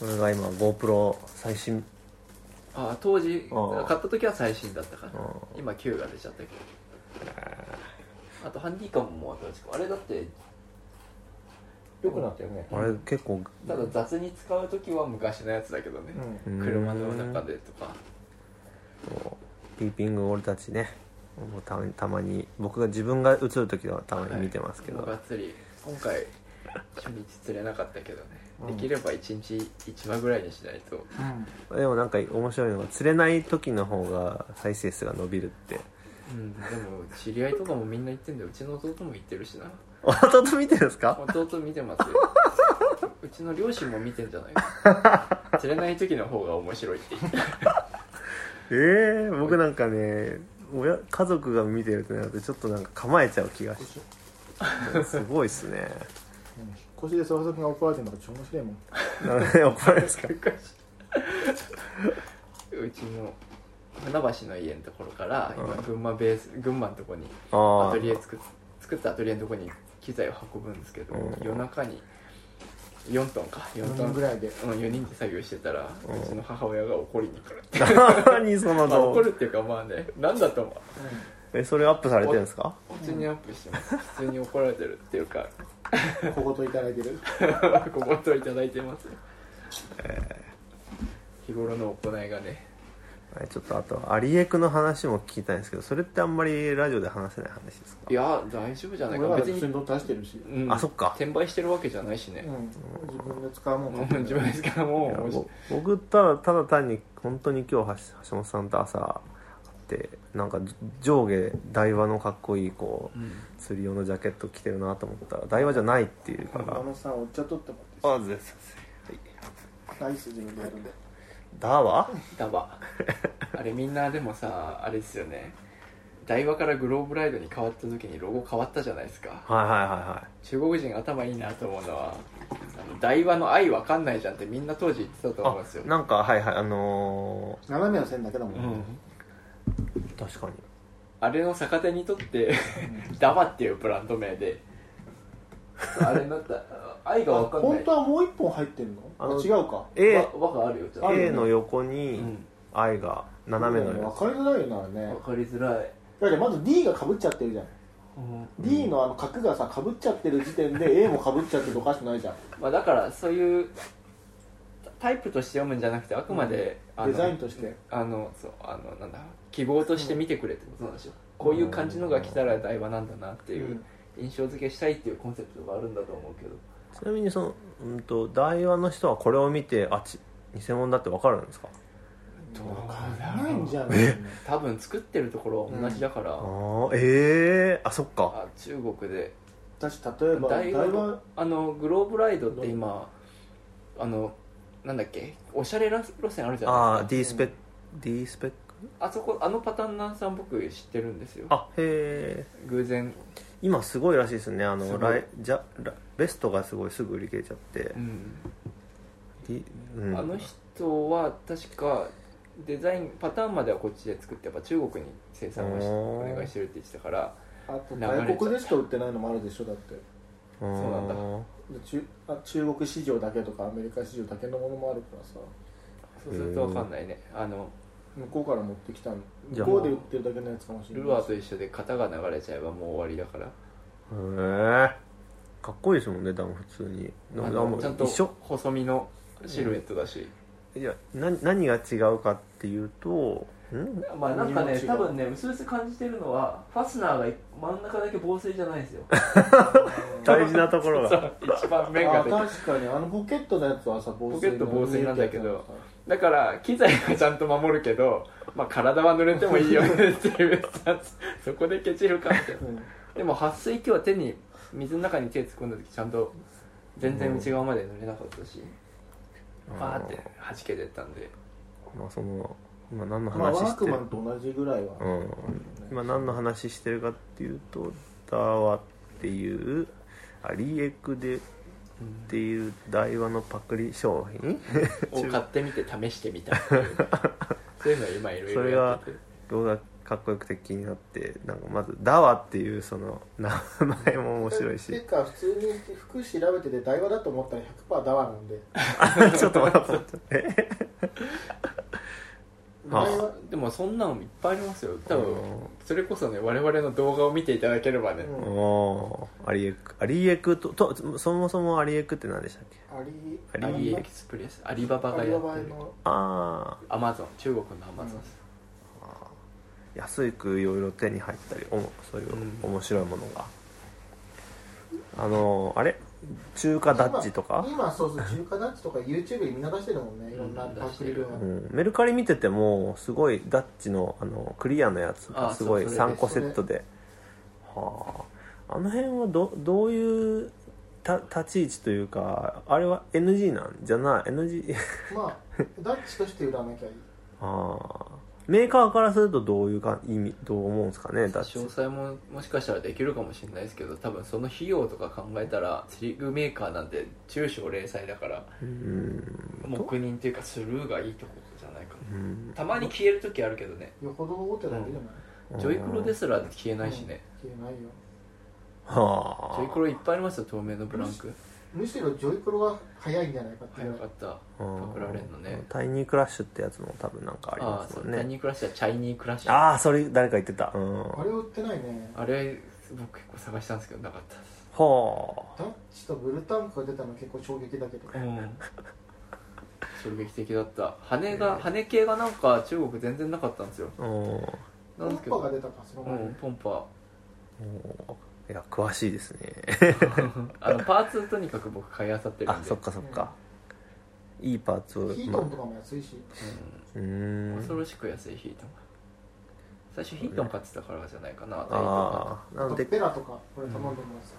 [SPEAKER 3] これが今 GoPro 最新
[SPEAKER 4] あ当時
[SPEAKER 3] うん
[SPEAKER 4] 買った時は最新だったか
[SPEAKER 3] う
[SPEAKER 4] ら
[SPEAKER 3] ん
[SPEAKER 4] 今9が出ちゃったけどあとハンディカムも新しくあれだって
[SPEAKER 2] 良くなったよね
[SPEAKER 3] あれ結構
[SPEAKER 4] ただ雑に使う時は昔のやつだけどね、
[SPEAKER 3] うん
[SPEAKER 4] 車の中でとか
[SPEAKER 3] そうピーピング俺たちねもうたたまに僕が自分が映る時はたまに見てますけど、
[SPEAKER 4] はいもうがっつり今回初日釣れなかったけどね、できれば1日1話ぐらいにしないと
[SPEAKER 3] でもなんか面白いのが釣れない時の方が再生数が伸びるって
[SPEAKER 4] うんでも知り合いとかもみんな言ってんだようちの弟も言ってるしな
[SPEAKER 3] 弟見てるんですか
[SPEAKER 4] 弟見てますようちの両親も見てんじゃないかな釣れない時の方が面白いって言って
[SPEAKER 3] ええ僕なんかね親家族が見てるってなるとちょっとなんか構えちゃう気がしてすごいっすね
[SPEAKER 2] 腰で佐々木が怒られてるのが超面白いもん
[SPEAKER 3] なので怒られるんですか
[SPEAKER 4] うちの船橋の家のところから今群馬ベース群馬のとこに
[SPEAKER 3] あ
[SPEAKER 4] ア
[SPEAKER 3] あ
[SPEAKER 4] トリエ作っ作ったアトリエのとこに機材を運ぶんですけど、
[SPEAKER 3] うん
[SPEAKER 4] 夜中に4トンか4
[SPEAKER 2] 4
[SPEAKER 4] トン
[SPEAKER 2] 人ぐらいで
[SPEAKER 4] うん、4人で作業してたら、うちの母親が怒りに来るって、
[SPEAKER 3] 何その
[SPEAKER 4] まあ怒
[SPEAKER 3] 動画
[SPEAKER 4] るっていうかまあねなんだと思う
[SPEAKER 3] えそれアップされてるんですか
[SPEAKER 4] 普通にアップしてます普通に怒られてるっていうか
[SPEAKER 2] 小言いただいてる
[SPEAKER 4] ごごといただいてます、日頃の行いがね
[SPEAKER 3] はいちょっとあとアリエクの話も聞きたいんですけどそれってあんまりラジオで話せない話ですか
[SPEAKER 4] いや大丈夫じゃない
[SPEAKER 2] 俺
[SPEAKER 4] か
[SPEAKER 2] は
[SPEAKER 4] 別
[SPEAKER 2] 普通
[SPEAKER 4] に、
[SPEAKER 2] に出してるし
[SPEAKER 4] うん、
[SPEAKER 3] あそっか
[SPEAKER 4] 転売してるわけじゃないしね、
[SPEAKER 5] うん、自分で使うもん買
[SPEAKER 4] も
[SPEAKER 5] っ
[SPEAKER 4] う
[SPEAKER 5] て
[SPEAKER 4] 自分ですからも
[SPEAKER 3] いうや
[SPEAKER 4] もし
[SPEAKER 3] ぼ僕ただただ単に本当に今日橋橋本さんと朝会ってなんか上下台話のかっこいいこう釣り用のジャケット着てるなと思ったら台話じゃないっていうか
[SPEAKER 2] あ
[SPEAKER 3] ら
[SPEAKER 2] のさお茶取ってもら
[SPEAKER 3] あぜ
[SPEAKER 2] ってアイスで入れるんで
[SPEAKER 3] だわ
[SPEAKER 4] ダバあれみんなでもさあれですよね台場からグローブライドに変わった時にロゴ変わったじゃないですか
[SPEAKER 3] はいはいは
[SPEAKER 4] 中国人頭いいなと思うのはあの台場の愛わかんないじゃんってみんな当時言ってたと
[SPEAKER 3] いは
[SPEAKER 4] 思うんです
[SPEAKER 3] い
[SPEAKER 4] よ
[SPEAKER 3] あなんかはいはいあの
[SPEAKER 2] 斜めの線だけだもん、
[SPEAKER 4] うん
[SPEAKER 3] ー確かに
[SPEAKER 4] あれの逆手にとってダバっていうブランド名であれになった愛がわかんな
[SPEAKER 2] 本
[SPEAKER 4] い
[SPEAKER 2] 当はもう一本入ってんの
[SPEAKER 3] あ
[SPEAKER 2] あ
[SPEAKER 3] の
[SPEAKER 2] 違うか
[SPEAKER 3] A,
[SPEAKER 4] わわがあるよちゃんと
[SPEAKER 3] A の横
[SPEAKER 4] う
[SPEAKER 3] に
[SPEAKER 4] ん
[SPEAKER 3] I が斜めの
[SPEAKER 2] わ
[SPEAKER 3] や
[SPEAKER 2] かりづらいよなあれね
[SPEAKER 4] わかりづらい、
[SPEAKER 2] だってまず D がかぶっちゃってるじゃん、D のあの角がさかぶっちゃってる時点で A もかぶっちゃってておかしくないじゃん
[SPEAKER 4] まあ、だからそういうタイプとして読むんじゃなくてあくまで、あの
[SPEAKER 2] デザインとして
[SPEAKER 4] あのそうあのなんだ希望として見てくれってことなんでしょこういう感じのが来たら台場なんだなっていう印象付けしたいっていうコンセプトがあるんだと思うけど
[SPEAKER 3] つちなみにその、うん、と台話の人はこれを見てあち偽物だってわかるんですか
[SPEAKER 4] ど
[SPEAKER 2] ないんじゃない
[SPEAKER 4] 多分作ってるところは同じだから、
[SPEAKER 3] あーええあそっ
[SPEAKER 4] あ
[SPEAKER 3] か
[SPEAKER 4] 中国で
[SPEAKER 2] 私例えば
[SPEAKER 4] 台
[SPEAKER 2] 台
[SPEAKER 4] 湾
[SPEAKER 2] 湾
[SPEAKER 4] あのグローブライドって今あのなんだっけおしゃれら路線あるじゃ
[SPEAKER 3] あ
[SPEAKER 4] な
[SPEAKER 3] あ
[SPEAKER 4] い
[SPEAKER 3] D
[SPEAKER 4] です
[SPEAKER 3] ス
[SPEAKER 4] か
[SPEAKER 3] ペック D スペック
[SPEAKER 4] あそこあのパターンなんさん僕知ってるんですよ
[SPEAKER 3] あへえ
[SPEAKER 4] 偶然、
[SPEAKER 3] 今すごいらしいですねあ
[SPEAKER 4] す
[SPEAKER 3] の
[SPEAKER 4] ごい
[SPEAKER 3] 来じゃらベストがすごいすぐ売り切れちゃって
[SPEAKER 4] う、ん
[SPEAKER 3] D うん、
[SPEAKER 4] あの人は確かデザインパターンまではこっちで作ってやっぱ中国に生産をしお
[SPEAKER 3] おー
[SPEAKER 4] 願いしてるって言ってたから
[SPEAKER 2] あと外国でしか売ってないのもあるでしょだって
[SPEAKER 3] そう
[SPEAKER 4] なんだ
[SPEAKER 2] で中あ中国市場だけとかアメリカ市場だけのものもあるからさ
[SPEAKER 4] そうすると分かんないねあの
[SPEAKER 2] 向こうから持ってきたの
[SPEAKER 3] じゃ
[SPEAKER 2] 向
[SPEAKER 3] あ
[SPEAKER 2] こうで売ってるだけのやつかもしれない
[SPEAKER 4] ルアーと一緒で型が流れちゃえばもう終わりだから
[SPEAKER 3] へえかっこいいですもんねダム普通にでも
[SPEAKER 4] あ
[SPEAKER 3] でも
[SPEAKER 4] のちゃんと
[SPEAKER 3] 一緒
[SPEAKER 4] 細身のシルエットだし、
[SPEAKER 3] いやな何が違うかっていうとん
[SPEAKER 4] まあなんかね
[SPEAKER 2] 日
[SPEAKER 4] 多
[SPEAKER 2] 本違う
[SPEAKER 4] 分ね薄々感じてるのはファスナーが真ん中だけ防水じゃないんですよ
[SPEAKER 3] 大事なところが
[SPEAKER 4] 一番面が
[SPEAKER 2] あ
[SPEAKER 4] できる
[SPEAKER 2] 確かにあのポケットのやつはさ防水
[SPEAKER 4] ポケット防水なんだけどだから機材はちゃんと守るけど、まあ、体は濡れてもいいよねっていう スタンスそこでケチるかみたいな
[SPEAKER 2] うん
[SPEAKER 4] でも撥水器は手に水の中に手突っ込んだ時ちゃんと全然内側まで濡れなかったしパーって弾けてったんで
[SPEAKER 3] まあその今何の
[SPEAKER 2] まあワ
[SPEAKER 3] 話
[SPEAKER 2] ー
[SPEAKER 3] して
[SPEAKER 2] ク
[SPEAKER 3] る、
[SPEAKER 2] マンと同じぐらいは
[SPEAKER 3] うん、今何の話してるかっていうとダワっていうあリエクでっていう台湾のパクリ商品
[SPEAKER 4] を買ってみて試してみたっていうそういうのを今いろいろやってて
[SPEAKER 3] 動画かっこよくて気になってなんかまずダワっていうその名前も面白い
[SPEAKER 2] て
[SPEAKER 3] し
[SPEAKER 2] か普通に服調べてて台湾だと思ったら100%ダワなんで
[SPEAKER 3] ちょっと笑っちゃったえあ
[SPEAKER 2] 台湾
[SPEAKER 4] でもそんなのいっぱいありますよ多分
[SPEAKER 3] うん
[SPEAKER 4] それこそね我々の動画を見ていただければね、
[SPEAKER 2] うん
[SPEAKER 3] おーアリエクアリエクととそもそもアリエクって何でしたっけ
[SPEAKER 2] アリ
[SPEAKER 4] アリエ
[SPEAKER 2] ア
[SPEAKER 4] クスプレスアリババが
[SPEAKER 2] リ
[SPEAKER 4] や
[SPEAKER 2] バ
[SPEAKER 4] っ
[SPEAKER 2] バ
[SPEAKER 4] てる
[SPEAKER 2] の
[SPEAKER 3] あ
[SPEAKER 4] アマゾン中国のアマゾンです、
[SPEAKER 3] あ安くいろいろ手に入ったりおもそういう面白いものが、あのあれ中華ダッチとか
[SPEAKER 2] 今、今そうそう中華ダッチとか YouTube にみんな出してるもんねいろんなパクリルア
[SPEAKER 3] う
[SPEAKER 2] ー
[SPEAKER 3] ん、メルカリ見ててもすごいダッチのあのクリアのやつがすごい
[SPEAKER 4] あそうそれ
[SPEAKER 3] 3個セットではああの辺はどどういうた立ち位置というかあれは NG なんじゃない NG
[SPEAKER 2] まあダッチとして売らなきゃいい
[SPEAKER 3] ああメーカーからするとどういうか意味どう思うんですかねダッチ
[SPEAKER 4] 詳細ももしかしたらできるかもしれないですけど多分その費用とか考えたら釣り具メーカーなんて中小零細だから
[SPEAKER 3] うん
[SPEAKER 4] 黙認っていうかスルーがいいとこじゃないかな
[SPEAKER 3] うん
[SPEAKER 4] たまに消える時あるけどね
[SPEAKER 2] よほど大手だけじゃない
[SPEAKER 4] ジョイクロですら消えないしね
[SPEAKER 2] 消えないよ
[SPEAKER 3] はあ
[SPEAKER 4] ジョイクロいっぱいありますよ透明のブランク
[SPEAKER 2] むしろジョイクロが早いんじゃないかっていう
[SPEAKER 4] 早かったパクられんのね
[SPEAKER 3] タイニークラッシュってやつも多分なんかあり
[SPEAKER 4] あ
[SPEAKER 3] ま
[SPEAKER 4] あ
[SPEAKER 3] す
[SPEAKER 4] そ
[SPEAKER 3] も
[SPEAKER 4] うんタイ
[SPEAKER 3] ね
[SPEAKER 4] ニークラッシュはチャイニークラッシュ
[SPEAKER 3] ああそれ誰か言ってたうん
[SPEAKER 2] あれ売ってないね
[SPEAKER 4] あれ僕結構探したんですけどなかったです
[SPEAKER 3] は
[SPEAKER 2] ダッチとブルタンクが出たの結構衝撃だけど
[SPEAKER 4] うん衝撃的だった羽が羽系がなんか中国全然なかったんですよ
[SPEAKER 3] おー
[SPEAKER 4] なんですけ
[SPEAKER 2] ポンパが
[SPEAKER 4] ど
[SPEAKER 2] 出たかその
[SPEAKER 4] う
[SPEAKER 2] 前に
[SPEAKER 4] んポンパ
[SPEAKER 3] おーいや詳しいですね
[SPEAKER 4] あのパーツとにかく僕買い漁ってる
[SPEAKER 3] あ
[SPEAKER 4] んで
[SPEAKER 3] そっかそっか、いいパーツを
[SPEAKER 2] ヒー
[SPEAKER 3] ま
[SPEAKER 2] トンとかも安いし
[SPEAKER 3] うー
[SPEAKER 4] うん
[SPEAKER 3] ん
[SPEAKER 4] 恐ろしく安いヒートンが最初ヒートン買ってたからじゃないかな
[SPEAKER 3] ああな
[SPEAKER 2] あ
[SPEAKER 3] の
[SPEAKER 2] と
[SPEAKER 3] で、
[SPEAKER 2] ペラとかこれ頼んでもらってたし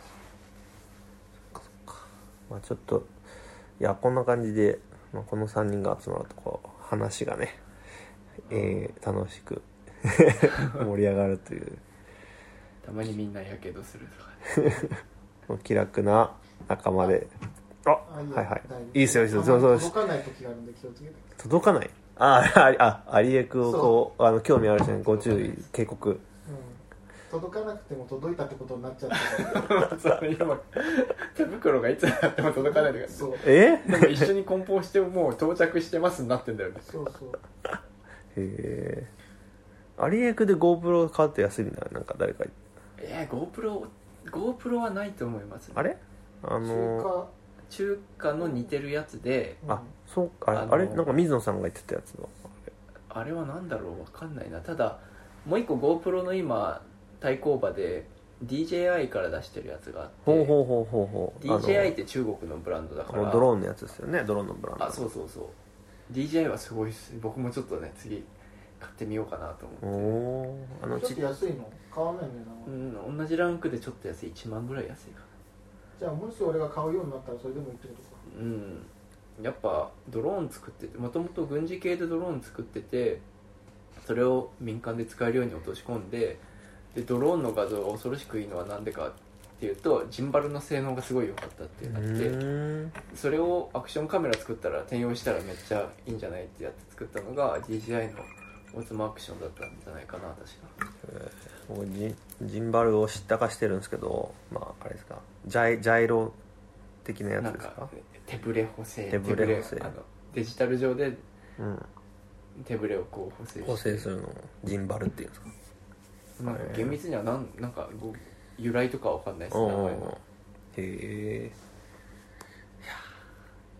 [SPEAKER 3] まあ、ちょっといやこんな感じで、まあ、この3人が集まるとこう話がね、えー楽 しく盛り上がるという
[SPEAKER 4] たまにみんなやけどするとかね
[SPEAKER 3] もう気楽な仲間であ
[SPEAKER 2] あいいよ
[SPEAKER 3] はいは
[SPEAKER 2] 大丈夫
[SPEAKER 3] いいいっすよいいっすよそうそう
[SPEAKER 2] 届かない時があるんで気をつけて
[SPEAKER 3] 届かないああああアリエクをこうあの興味ある人にご注意警告
[SPEAKER 2] うん届かなくても届いたってことになっちゃったか
[SPEAKER 4] そうやばい手袋がいつになっても届かないと
[SPEAKER 2] ら
[SPEAKER 4] か
[SPEAKER 2] そう
[SPEAKER 3] え
[SPEAKER 4] でも一緒に梱包してももう到着してますになってんだよね
[SPEAKER 2] そうそう
[SPEAKER 3] へえアリエクで GoPro 買うと安いんだよなんか誰か
[SPEAKER 4] えー、GoProGoPro はないと思います
[SPEAKER 3] あれあのー
[SPEAKER 2] 中
[SPEAKER 4] 中華の似てるやつで
[SPEAKER 2] 華
[SPEAKER 3] あそうあれ,、
[SPEAKER 4] あのー
[SPEAKER 3] あれなんか水野さんが言ってたやつの
[SPEAKER 4] あれは何だろうわかんないなただもう一個 GoPro の今対抗馬で DJI から出してるやつがあって
[SPEAKER 3] ほうほうほうほうほうあの
[SPEAKER 4] DJI って中国のブランドだか
[SPEAKER 3] あの
[SPEAKER 4] ら
[SPEAKER 3] ドローンのやつですよねドローンのブランド
[SPEAKER 4] あそうそうそう DJI はすごいっす僕もちょっとね次買ってみようかなと
[SPEAKER 3] お
[SPEAKER 4] 思って
[SPEAKER 3] おーあの
[SPEAKER 2] ちょ
[SPEAKER 3] ち
[SPEAKER 2] っと安いの買わないんだよな、
[SPEAKER 4] うん同じランクでちょっと安い1万ぐらい安いかな
[SPEAKER 2] じゃあもし俺が買うようになったらそれでもいいってことか
[SPEAKER 4] うんやっぱドローン作っててもともと軍事系でドローン作っててそれを民間で使えるように落とし込んででドローンの画像が恐ろしくいいのはなんでかっていうとジンバルの性能がすごい良かったっていうのがあって
[SPEAKER 3] うーん
[SPEAKER 4] それをアクションカメラ作ったら転用したらめっちゃいいんじゃないってやって作ったのが DJI のオズマアクションだったんじゃないかな確か
[SPEAKER 3] 僕ジジンバルを知ったかしてるんですけどまああれですかジャイジャイロ的なやつ
[SPEAKER 4] なん
[SPEAKER 3] ですか
[SPEAKER 4] か手ブレ補正
[SPEAKER 3] 手ブレ補正
[SPEAKER 4] 手あのデジタル上で
[SPEAKER 3] うん
[SPEAKER 4] 手ブレをこう補正して
[SPEAKER 3] 構成するのをジンバルっていうんですか
[SPEAKER 4] なんか厳密にはなんなんかご由来とかは分かんないです
[SPEAKER 3] お
[SPEAKER 4] 名
[SPEAKER 3] う
[SPEAKER 4] 前
[SPEAKER 3] おう
[SPEAKER 4] の
[SPEAKER 3] おうへえい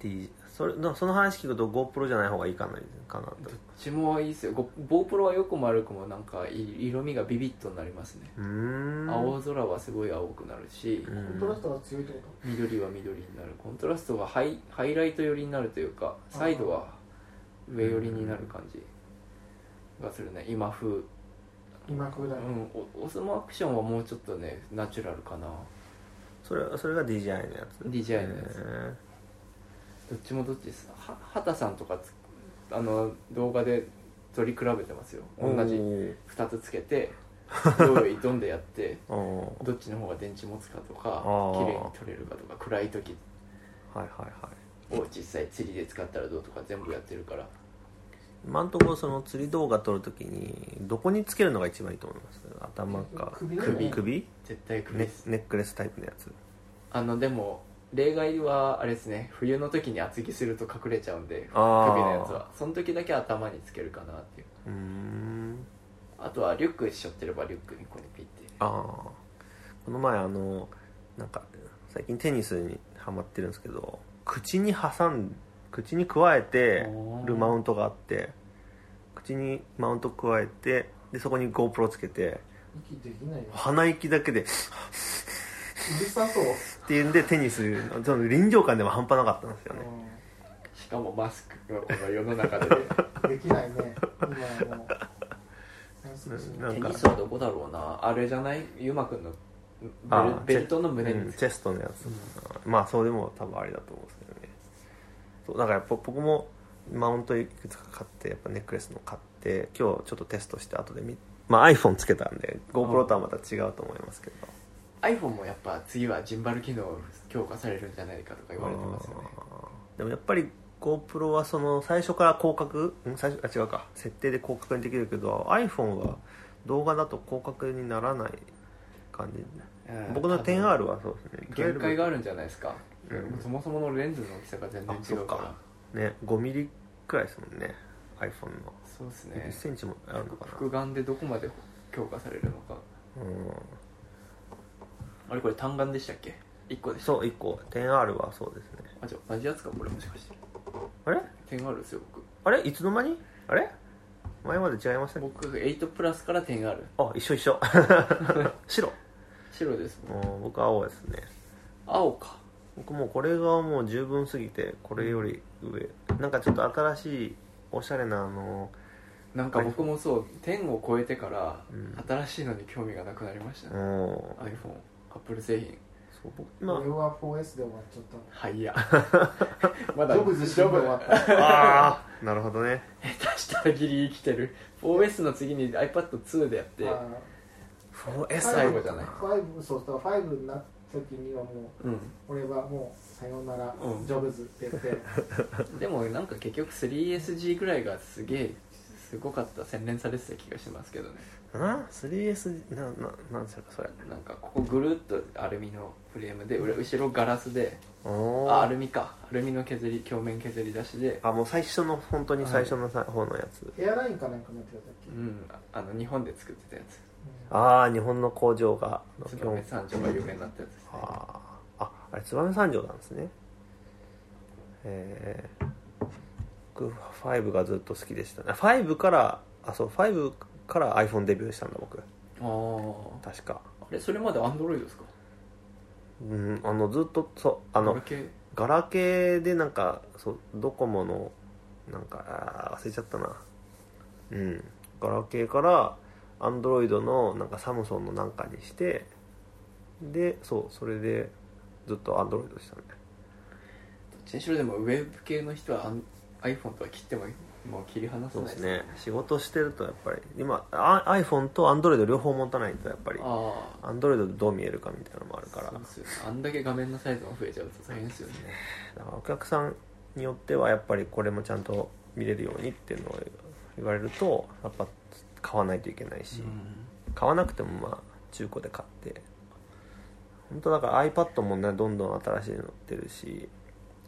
[SPEAKER 3] やー D それなその話聞くと GoPro じゃない方がいいかなかな
[SPEAKER 4] ど
[SPEAKER 3] と
[SPEAKER 4] っちもいいですよご GoPro は良くも悪くもなんかい色味がビビッとになりますね
[SPEAKER 3] うーん
[SPEAKER 4] 青空はすごい青くなるし
[SPEAKER 3] うん
[SPEAKER 2] コントラストが強いってこ
[SPEAKER 4] 緑は緑になるコントラストがハイハイライト寄りになるというかサイドは上寄りになる感じがするね今風うん
[SPEAKER 2] と今風だよ、
[SPEAKER 4] おオスモアクションはもうちょっとねナチュラルかな
[SPEAKER 3] それそれが DJI のやつ
[SPEAKER 4] DJI のやつ
[SPEAKER 3] つ
[SPEAKER 4] どっちもどっちですは畑さんとかつあの動画で取り比べてますよ同じ2つつけて用意どんでや って
[SPEAKER 3] おお
[SPEAKER 4] どっちの方が電池持つかと
[SPEAKER 3] あ
[SPEAKER 4] か
[SPEAKER 3] ー
[SPEAKER 4] 綺麗に撮れるかとか暗い時
[SPEAKER 3] はいはいはい
[SPEAKER 4] を実際釣りで使ったらどうとか全部やってるから
[SPEAKER 3] 今のところその釣り動画撮るときにどこにつけるのが一番いいと思います頭か
[SPEAKER 2] 首だよね
[SPEAKER 3] 首
[SPEAKER 4] 絶対首
[SPEAKER 3] ネ
[SPEAKER 4] です、
[SPEAKER 3] ネックレスタイプのやつ
[SPEAKER 4] あのでも例外はあれですね冬の時に厚着すると隠れちゃうんで首
[SPEAKER 3] あー
[SPEAKER 4] のやつはその時だけ頭につけるかなっていう
[SPEAKER 3] うーん
[SPEAKER 4] あとはリュックしょってればリュックにこうピッて
[SPEAKER 3] ああこの前あのなんか最近テニスにハマってるんですけど口に挟ん口にくわえてるマウントがあって口にマウントくわえてでそこに GoPro つけて
[SPEAKER 2] 息できないよ
[SPEAKER 3] 鼻息だけで
[SPEAKER 2] うるさそう、
[SPEAKER 3] っていうんでテニスその臨場感でも半端なかったんですよね
[SPEAKER 2] う
[SPEAKER 4] しかもマスクがこの世の中でね
[SPEAKER 2] ん、できないね今はもう何すかし
[SPEAKER 3] な
[SPEAKER 2] ない
[SPEAKER 3] ん
[SPEAKER 4] テ
[SPEAKER 3] か
[SPEAKER 4] ニスはどこだろうなあれじゃないゆうまくんの
[SPEAKER 3] あ
[SPEAKER 4] ベル
[SPEAKER 3] ー
[SPEAKER 4] ベルトの胸
[SPEAKER 3] う
[SPEAKER 4] に
[SPEAKER 3] ん
[SPEAKER 4] つ
[SPEAKER 3] チェストのやつ、まあそれでも多分あれだと思うんですけどねそうだからやっぱ僕もマウントいくつか買ってやっぱネックレスの買って今日ちょっとテストして後で見まあ iPhone つけたんで GoPro とはまた違うと思いますけど
[SPEAKER 4] iPhone もやっぱ次はジンバル機能強化されるんじゃないかとか言われてますよね
[SPEAKER 3] でもやっぱり GoPro はその最初から広角ん最初あ違うか設定で広角にできるけど iPhone は動画だと広角にならない感
[SPEAKER 4] う
[SPEAKER 3] じ、
[SPEAKER 4] ん
[SPEAKER 3] 僕の 10R はそうですね
[SPEAKER 4] 限界があ
[SPEAKER 3] る
[SPEAKER 4] るんじゃないですか、
[SPEAKER 3] うん
[SPEAKER 4] そもそものレンズの大きさが全然
[SPEAKER 3] あ
[SPEAKER 4] 違
[SPEAKER 3] そうっ
[SPEAKER 4] から
[SPEAKER 3] かね5ミリくらいですもんね iPhone の
[SPEAKER 4] そうです
[SPEAKER 3] 1
[SPEAKER 4] ね
[SPEAKER 3] センチもあるのかな
[SPEAKER 4] 複眼でどこまで強化されるのか
[SPEAKER 3] う
[SPEAKER 4] あれこれ単眼でしたっけ1個で
[SPEAKER 3] ん
[SPEAKER 4] した
[SPEAKER 3] そう1個 10R はそうですね
[SPEAKER 4] あじゃあ同じやつかこれもしかして
[SPEAKER 3] あれ
[SPEAKER 4] 点あるんですよ僕
[SPEAKER 3] あれいつの間にあれ前まで違いましたっけ
[SPEAKER 4] 僕8プラスから点ある
[SPEAKER 3] あ一緒一緒 白
[SPEAKER 4] 白です僕
[SPEAKER 3] もう僕青ですね
[SPEAKER 4] 青か
[SPEAKER 3] 僕もうこれがもう十分すぎてこれより上なんかちょっと新しいおしゃれなあの
[SPEAKER 4] なんか僕もそう点を超えてから
[SPEAKER 3] うん
[SPEAKER 4] 新しいのに興味がなくなりましたね、
[SPEAKER 3] も
[SPEAKER 4] iPhone アップル製品
[SPEAKER 3] うそう僕今
[SPEAKER 2] 俺は 4S で終わっちゃった
[SPEAKER 4] はいやま
[SPEAKER 2] ま
[SPEAKER 4] だ
[SPEAKER 2] ジョブズして終わった
[SPEAKER 3] ああなるほどね
[SPEAKER 4] 下手したらギリ生きてる 4S の次に iPad2 でやって
[SPEAKER 2] あー
[SPEAKER 3] 4S
[SPEAKER 4] 最後じゃない
[SPEAKER 2] 5そうだから5になった時にはもう
[SPEAKER 4] う
[SPEAKER 2] 俺はもうさようなら、
[SPEAKER 4] うん
[SPEAKER 2] ジョブズって 言って
[SPEAKER 4] んでもなんか結局 3SG ぐらいがすげえすごかった洗練されてた気がしますけどね
[SPEAKER 3] あ 3S なななんですかそれ
[SPEAKER 4] なんかここぐるっとアルミのフレームで裏後ろガラスで
[SPEAKER 3] お
[SPEAKER 4] あ
[SPEAKER 3] あ
[SPEAKER 4] アルミかアルミの削り鏡面削り出しで
[SPEAKER 3] あもう最初の本当に最初のさ、方のやつ
[SPEAKER 2] エアラインかなんかになってたっけ、
[SPEAKER 4] うんあの日本で作ってたやつ
[SPEAKER 3] ああ日本の工場が
[SPEAKER 4] 燕三条が有名になったやつですね
[SPEAKER 3] あーああれ燕三条なんですねえー、僕5がずっと好きでしたね5からあそう5から iPhone デビューしたんだ僕
[SPEAKER 4] ああ
[SPEAKER 3] 確か
[SPEAKER 4] あれそれまでアンドロイドですか
[SPEAKER 3] うんあのずっとそうあ
[SPEAKER 4] あ
[SPEAKER 3] の
[SPEAKER 4] 系
[SPEAKER 3] ガラケーでなんかそうドコモのなんかあー忘れちゃったなうんガラケーからアンドロイドのなんかサムソンのなんかにしてでそうそれでずっとアンドロイドでしたね
[SPEAKER 4] どっちにしろでもウェブ系の人はアン iPhone とは切ってももう切り離せ
[SPEAKER 3] そう
[SPEAKER 4] ない
[SPEAKER 3] ですね仕事してるとやっぱり今あ iPhone と Android 両方持たないとやっぱり
[SPEAKER 4] ああ
[SPEAKER 3] Android でどう見えるかみたいなのもあるから
[SPEAKER 4] そうですよねあんだけ画面のサイズが増えちゃうと大変ですよね
[SPEAKER 3] だからお客さんによってはやっぱりこれもちゃんと見れるようにっていうのを言われるとやっぱ買わないといけないし、買わなくてもまあ中古で買って本当だから iPad もねどんどん新しいの出るし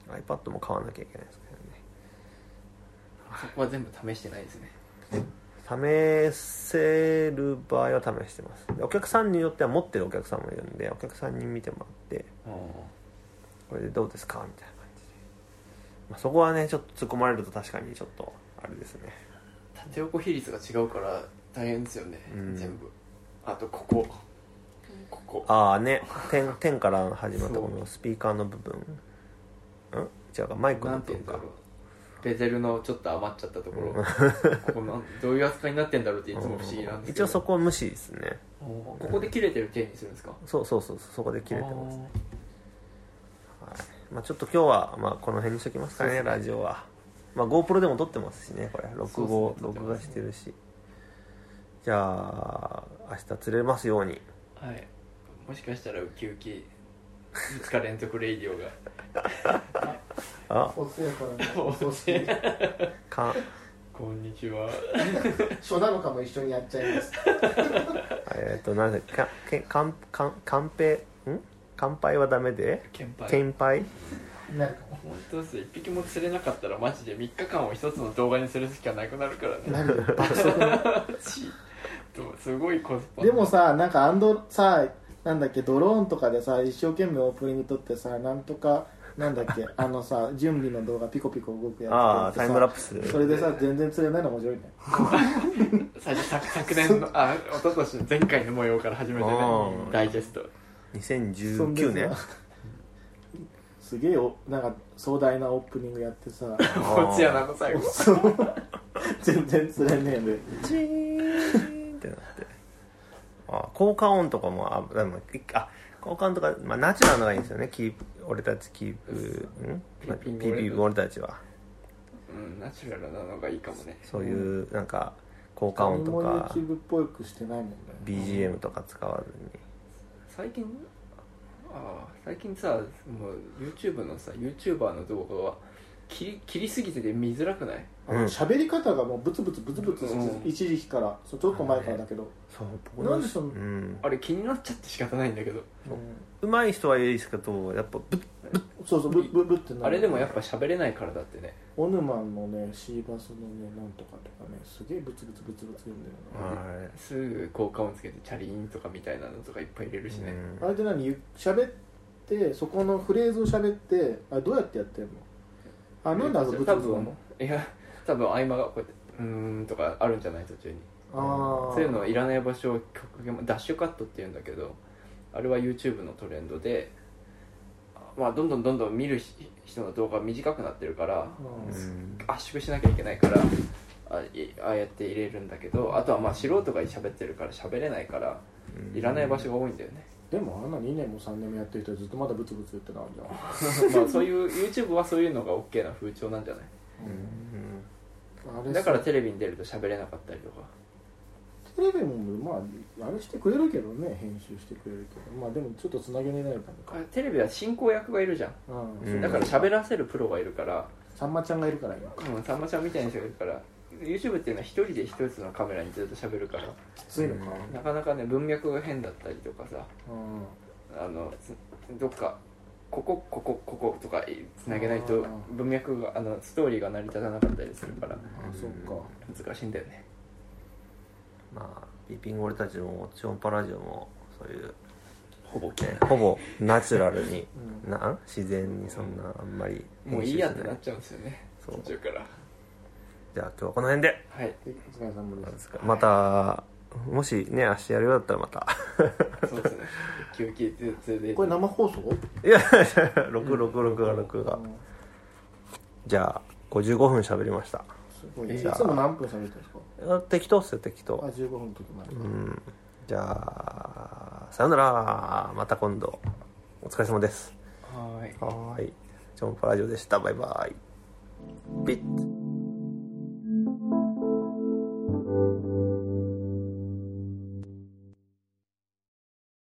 [SPEAKER 3] iPad も買わなきゃいけないですけどね
[SPEAKER 4] そこは全部試してないですね
[SPEAKER 3] 試せる場合は試してますでお客さんによっては持ってるお客さんもいるんでお客さんに見てもらって
[SPEAKER 4] ああ
[SPEAKER 3] これでどうですかみたいな感じで、まあ、そこはねちょっと突っ込まれると確かにちょっとあれですね
[SPEAKER 4] 縦横比率が違うから大変ですよね、
[SPEAKER 3] うん
[SPEAKER 4] 全部あとここここ
[SPEAKER 3] ああね点点から始まったこのスピーカーの部分ん違うかマイク
[SPEAKER 4] な
[SPEAKER 3] の
[SPEAKER 4] んて言う
[SPEAKER 3] 部分
[SPEAKER 4] んだ
[SPEAKER 3] か
[SPEAKER 4] ろうベゼルのちょっと余っちゃったところ、ここなんどういう扱いになってんだろうっていつも不思議なんですけ
[SPEAKER 3] 一
[SPEAKER 4] ど
[SPEAKER 3] 応そこは無視ですね
[SPEAKER 4] あーここで切れてる定義するんですか
[SPEAKER 3] そうそうそうそうそこで切れてます、
[SPEAKER 4] あ
[SPEAKER 3] はいまあ、ちょっと今日は、まあ、この辺にしときますかね
[SPEAKER 4] そうですね
[SPEAKER 3] ラジオは、まあ、GoPro でも撮ってますしねこれ録
[SPEAKER 4] そうで
[SPEAKER 3] 画
[SPEAKER 4] すね撮って
[SPEAKER 3] 録
[SPEAKER 4] ますね
[SPEAKER 3] 画してるしじゃあ明日釣れますように
[SPEAKER 4] ーはいもしかしたらウキウキ2日連続レイディオが
[SPEAKER 3] あ
[SPEAKER 2] お通夜からの
[SPEAKER 4] お
[SPEAKER 2] お葬式
[SPEAKER 3] かん
[SPEAKER 4] こんにちは
[SPEAKER 2] 初七日も一緒にやっちゃ います
[SPEAKER 3] えっとなんだっけかけかんかんかんぺいん乾杯はダメで
[SPEAKER 4] 剣杯
[SPEAKER 3] 天杯
[SPEAKER 2] なるかも
[SPEAKER 4] 本当ですよ一匹も釣れなかったらマジで3日間を一つの動画にするしかなくなるからね
[SPEAKER 2] なるよ爆速の
[SPEAKER 4] ちどうすごいコスパ
[SPEAKER 6] でもさなんかアンドさなんだっけドローンとかでさ一生懸命オープニング撮ってさなんとかなんだっ けあのさ準備の動画ピコピコ動くやつ
[SPEAKER 3] あ
[SPEAKER 6] 撮っ
[SPEAKER 3] あタ
[SPEAKER 6] て
[SPEAKER 3] イ
[SPEAKER 6] さ
[SPEAKER 3] ムラプス
[SPEAKER 6] それでさ全然釣れないの面白いね
[SPEAKER 4] 最初昨昨年のあ一昨年の前回の模様から始めてね
[SPEAKER 3] あー
[SPEAKER 4] ダイジェスト
[SPEAKER 6] そんでさ
[SPEAKER 3] 2019年
[SPEAKER 6] すげえおなんか壮大なオープニングやって さ
[SPEAKER 4] こっちやなの最後
[SPEAKER 6] そう全然釣れねえで
[SPEAKER 3] チーンってなってあ効果音とかもあでもいあ効果音とか、まあ、ナチュラルのがいいんですよねキープ俺たちキープん
[SPEAKER 4] ピー
[SPEAKER 3] まあ
[SPEAKER 4] ピ
[SPEAKER 3] ピ
[SPEAKER 4] ー
[SPEAKER 3] ー
[SPEAKER 4] ボール
[SPEAKER 3] ピー俺たちは
[SPEAKER 4] うんナチュラルなのがいいかもね
[SPEAKER 3] そういうなんか効果
[SPEAKER 6] 何
[SPEAKER 3] 音と
[SPEAKER 6] も
[SPEAKER 3] か
[SPEAKER 6] YouTube っぽくしてないもんね
[SPEAKER 3] BGM とか使わずに
[SPEAKER 4] 最近ああ最近さもう YouTube のさ YouTuber の動画は切り切りすぎてて見づらくない
[SPEAKER 6] あの
[SPEAKER 3] うん
[SPEAKER 6] 喋、り方がもうブツブツブツブツして
[SPEAKER 4] うん
[SPEAKER 6] 一時期からそうちょっと前からだけど、
[SPEAKER 3] そう
[SPEAKER 6] なんでその
[SPEAKER 3] うん
[SPEAKER 4] あれ気になっちゃって仕方ないんだけど
[SPEAKER 6] うん
[SPEAKER 3] うまい人はいいですけどやっぱぶっ
[SPEAKER 6] そうそうブッブッブッってなる
[SPEAKER 4] あれでもやっぱ喋れないからだってね
[SPEAKER 6] オヌマンのねシーバスのねなんとかとかねすげえブツブツブツブツ言うんだよね、
[SPEAKER 3] は
[SPEAKER 4] すぐ効果音つけてチャリーンとかみたいなのとかいっぱい入れる
[SPEAKER 3] い、
[SPEAKER 4] しね、
[SPEAKER 6] あれで何ゆ喋ってそこのフレーズを喋ってあれどうやってやってんの
[SPEAKER 2] あなんであのブツ
[SPEAKER 4] 多
[SPEAKER 2] ブツなの
[SPEAKER 4] 分いや多分合間がこうやってうーんとかあるんじゃない途中に
[SPEAKER 2] ああ
[SPEAKER 4] そういうのいらない場所を極限まダッシュカットっていうんだけどあれは YouTube のトレンドでまあどんどんどんどん見る人の動画が短くなってるから
[SPEAKER 3] うん
[SPEAKER 4] 圧縮しなきゃいけないからあいああやって入れるんだけどあとはまあ素人が喋ってるから喋れないからいらない場所が多いんだ よね、
[SPEAKER 2] でもあんな2年も3年もやってる人ずっとまだブツブツ言ってたんじゃん
[SPEAKER 4] まあそういう YouTube はそういうのが OK な風潮なんじゃない
[SPEAKER 3] う
[SPEAKER 2] あ
[SPEAKER 3] ん
[SPEAKER 2] れ
[SPEAKER 4] だからテレビに出ると喋れなかったりとか
[SPEAKER 2] テレビもまああれしてくれるけどね編集してくれるけどまあでもちょっとつなげれないか
[SPEAKER 4] あテレビは進行役がいるじゃん、
[SPEAKER 2] らうん、
[SPEAKER 3] うん
[SPEAKER 4] だから喋らせるプロがいるから、
[SPEAKER 2] さんまちゃんがいるから今
[SPEAKER 4] うん、さんまちゃんみたいな人がいるから YouTube っていうのは一人で一つのカメラにずっと喋るから
[SPEAKER 2] きついのか
[SPEAKER 4] なかなかね文脈が変だったりとかさ
[SPEAKER 2] うん
[SPEAKER 4] あのつどっかこここここことかつなげないと
[SPEAKER 2] あー
[SPEAKER 4] 文脈があのストーリーが成り立たなかったりするから
[SPEAKER 2] あそっか
[SPEAKER 4] 難しいんだよね
[SPEAKER 3] まあビピンゴリたちもチョンパラジオもそういう
[SPEAKER 4] ほぼ
[SPEAKER 3] ねほぼナチュラルに
[SPEAKER 2] うん
[SPEAKER 3] な自然にそんなあんまり
[SPEAKER 4] もういいやってなっちゃうんですよね
[SPEAKER 3] そう
[SPEAKER 4] 途中から
[SPEAKER 3] じゃあ今日はこの辺で
[SPEAKER 4] はい
[SPEAKER 2] でお疲れ様です
[SPEAKER 3] またもしね明日やるようだったら また
[SPEAKER 4] そうですね休憩つつで
[SPEAKER 2] これ生放送
[SPEAKER 3] いや666が6が
[SPEAKER 2] うん
[SPEAKER 3] じゃあ55分喋りました
[SPEAKER 2] すごい、
[SPEAKER 4] えー
[SPEAKER 2] いつも何分喋ってるんですか
[SPEAKER 3] あ適当っすよ適
[SPEAKER 2] あ
[SPEAKER 3] 当
[SPEAKER 2] 15分の時もある
[SPEAKER 3] うんじゃあさよならまた今度お疲れ様です
[SPEAKER 4] はーい
[SPEAKER 3] はーいチョンパラジオでしたバイバイピッ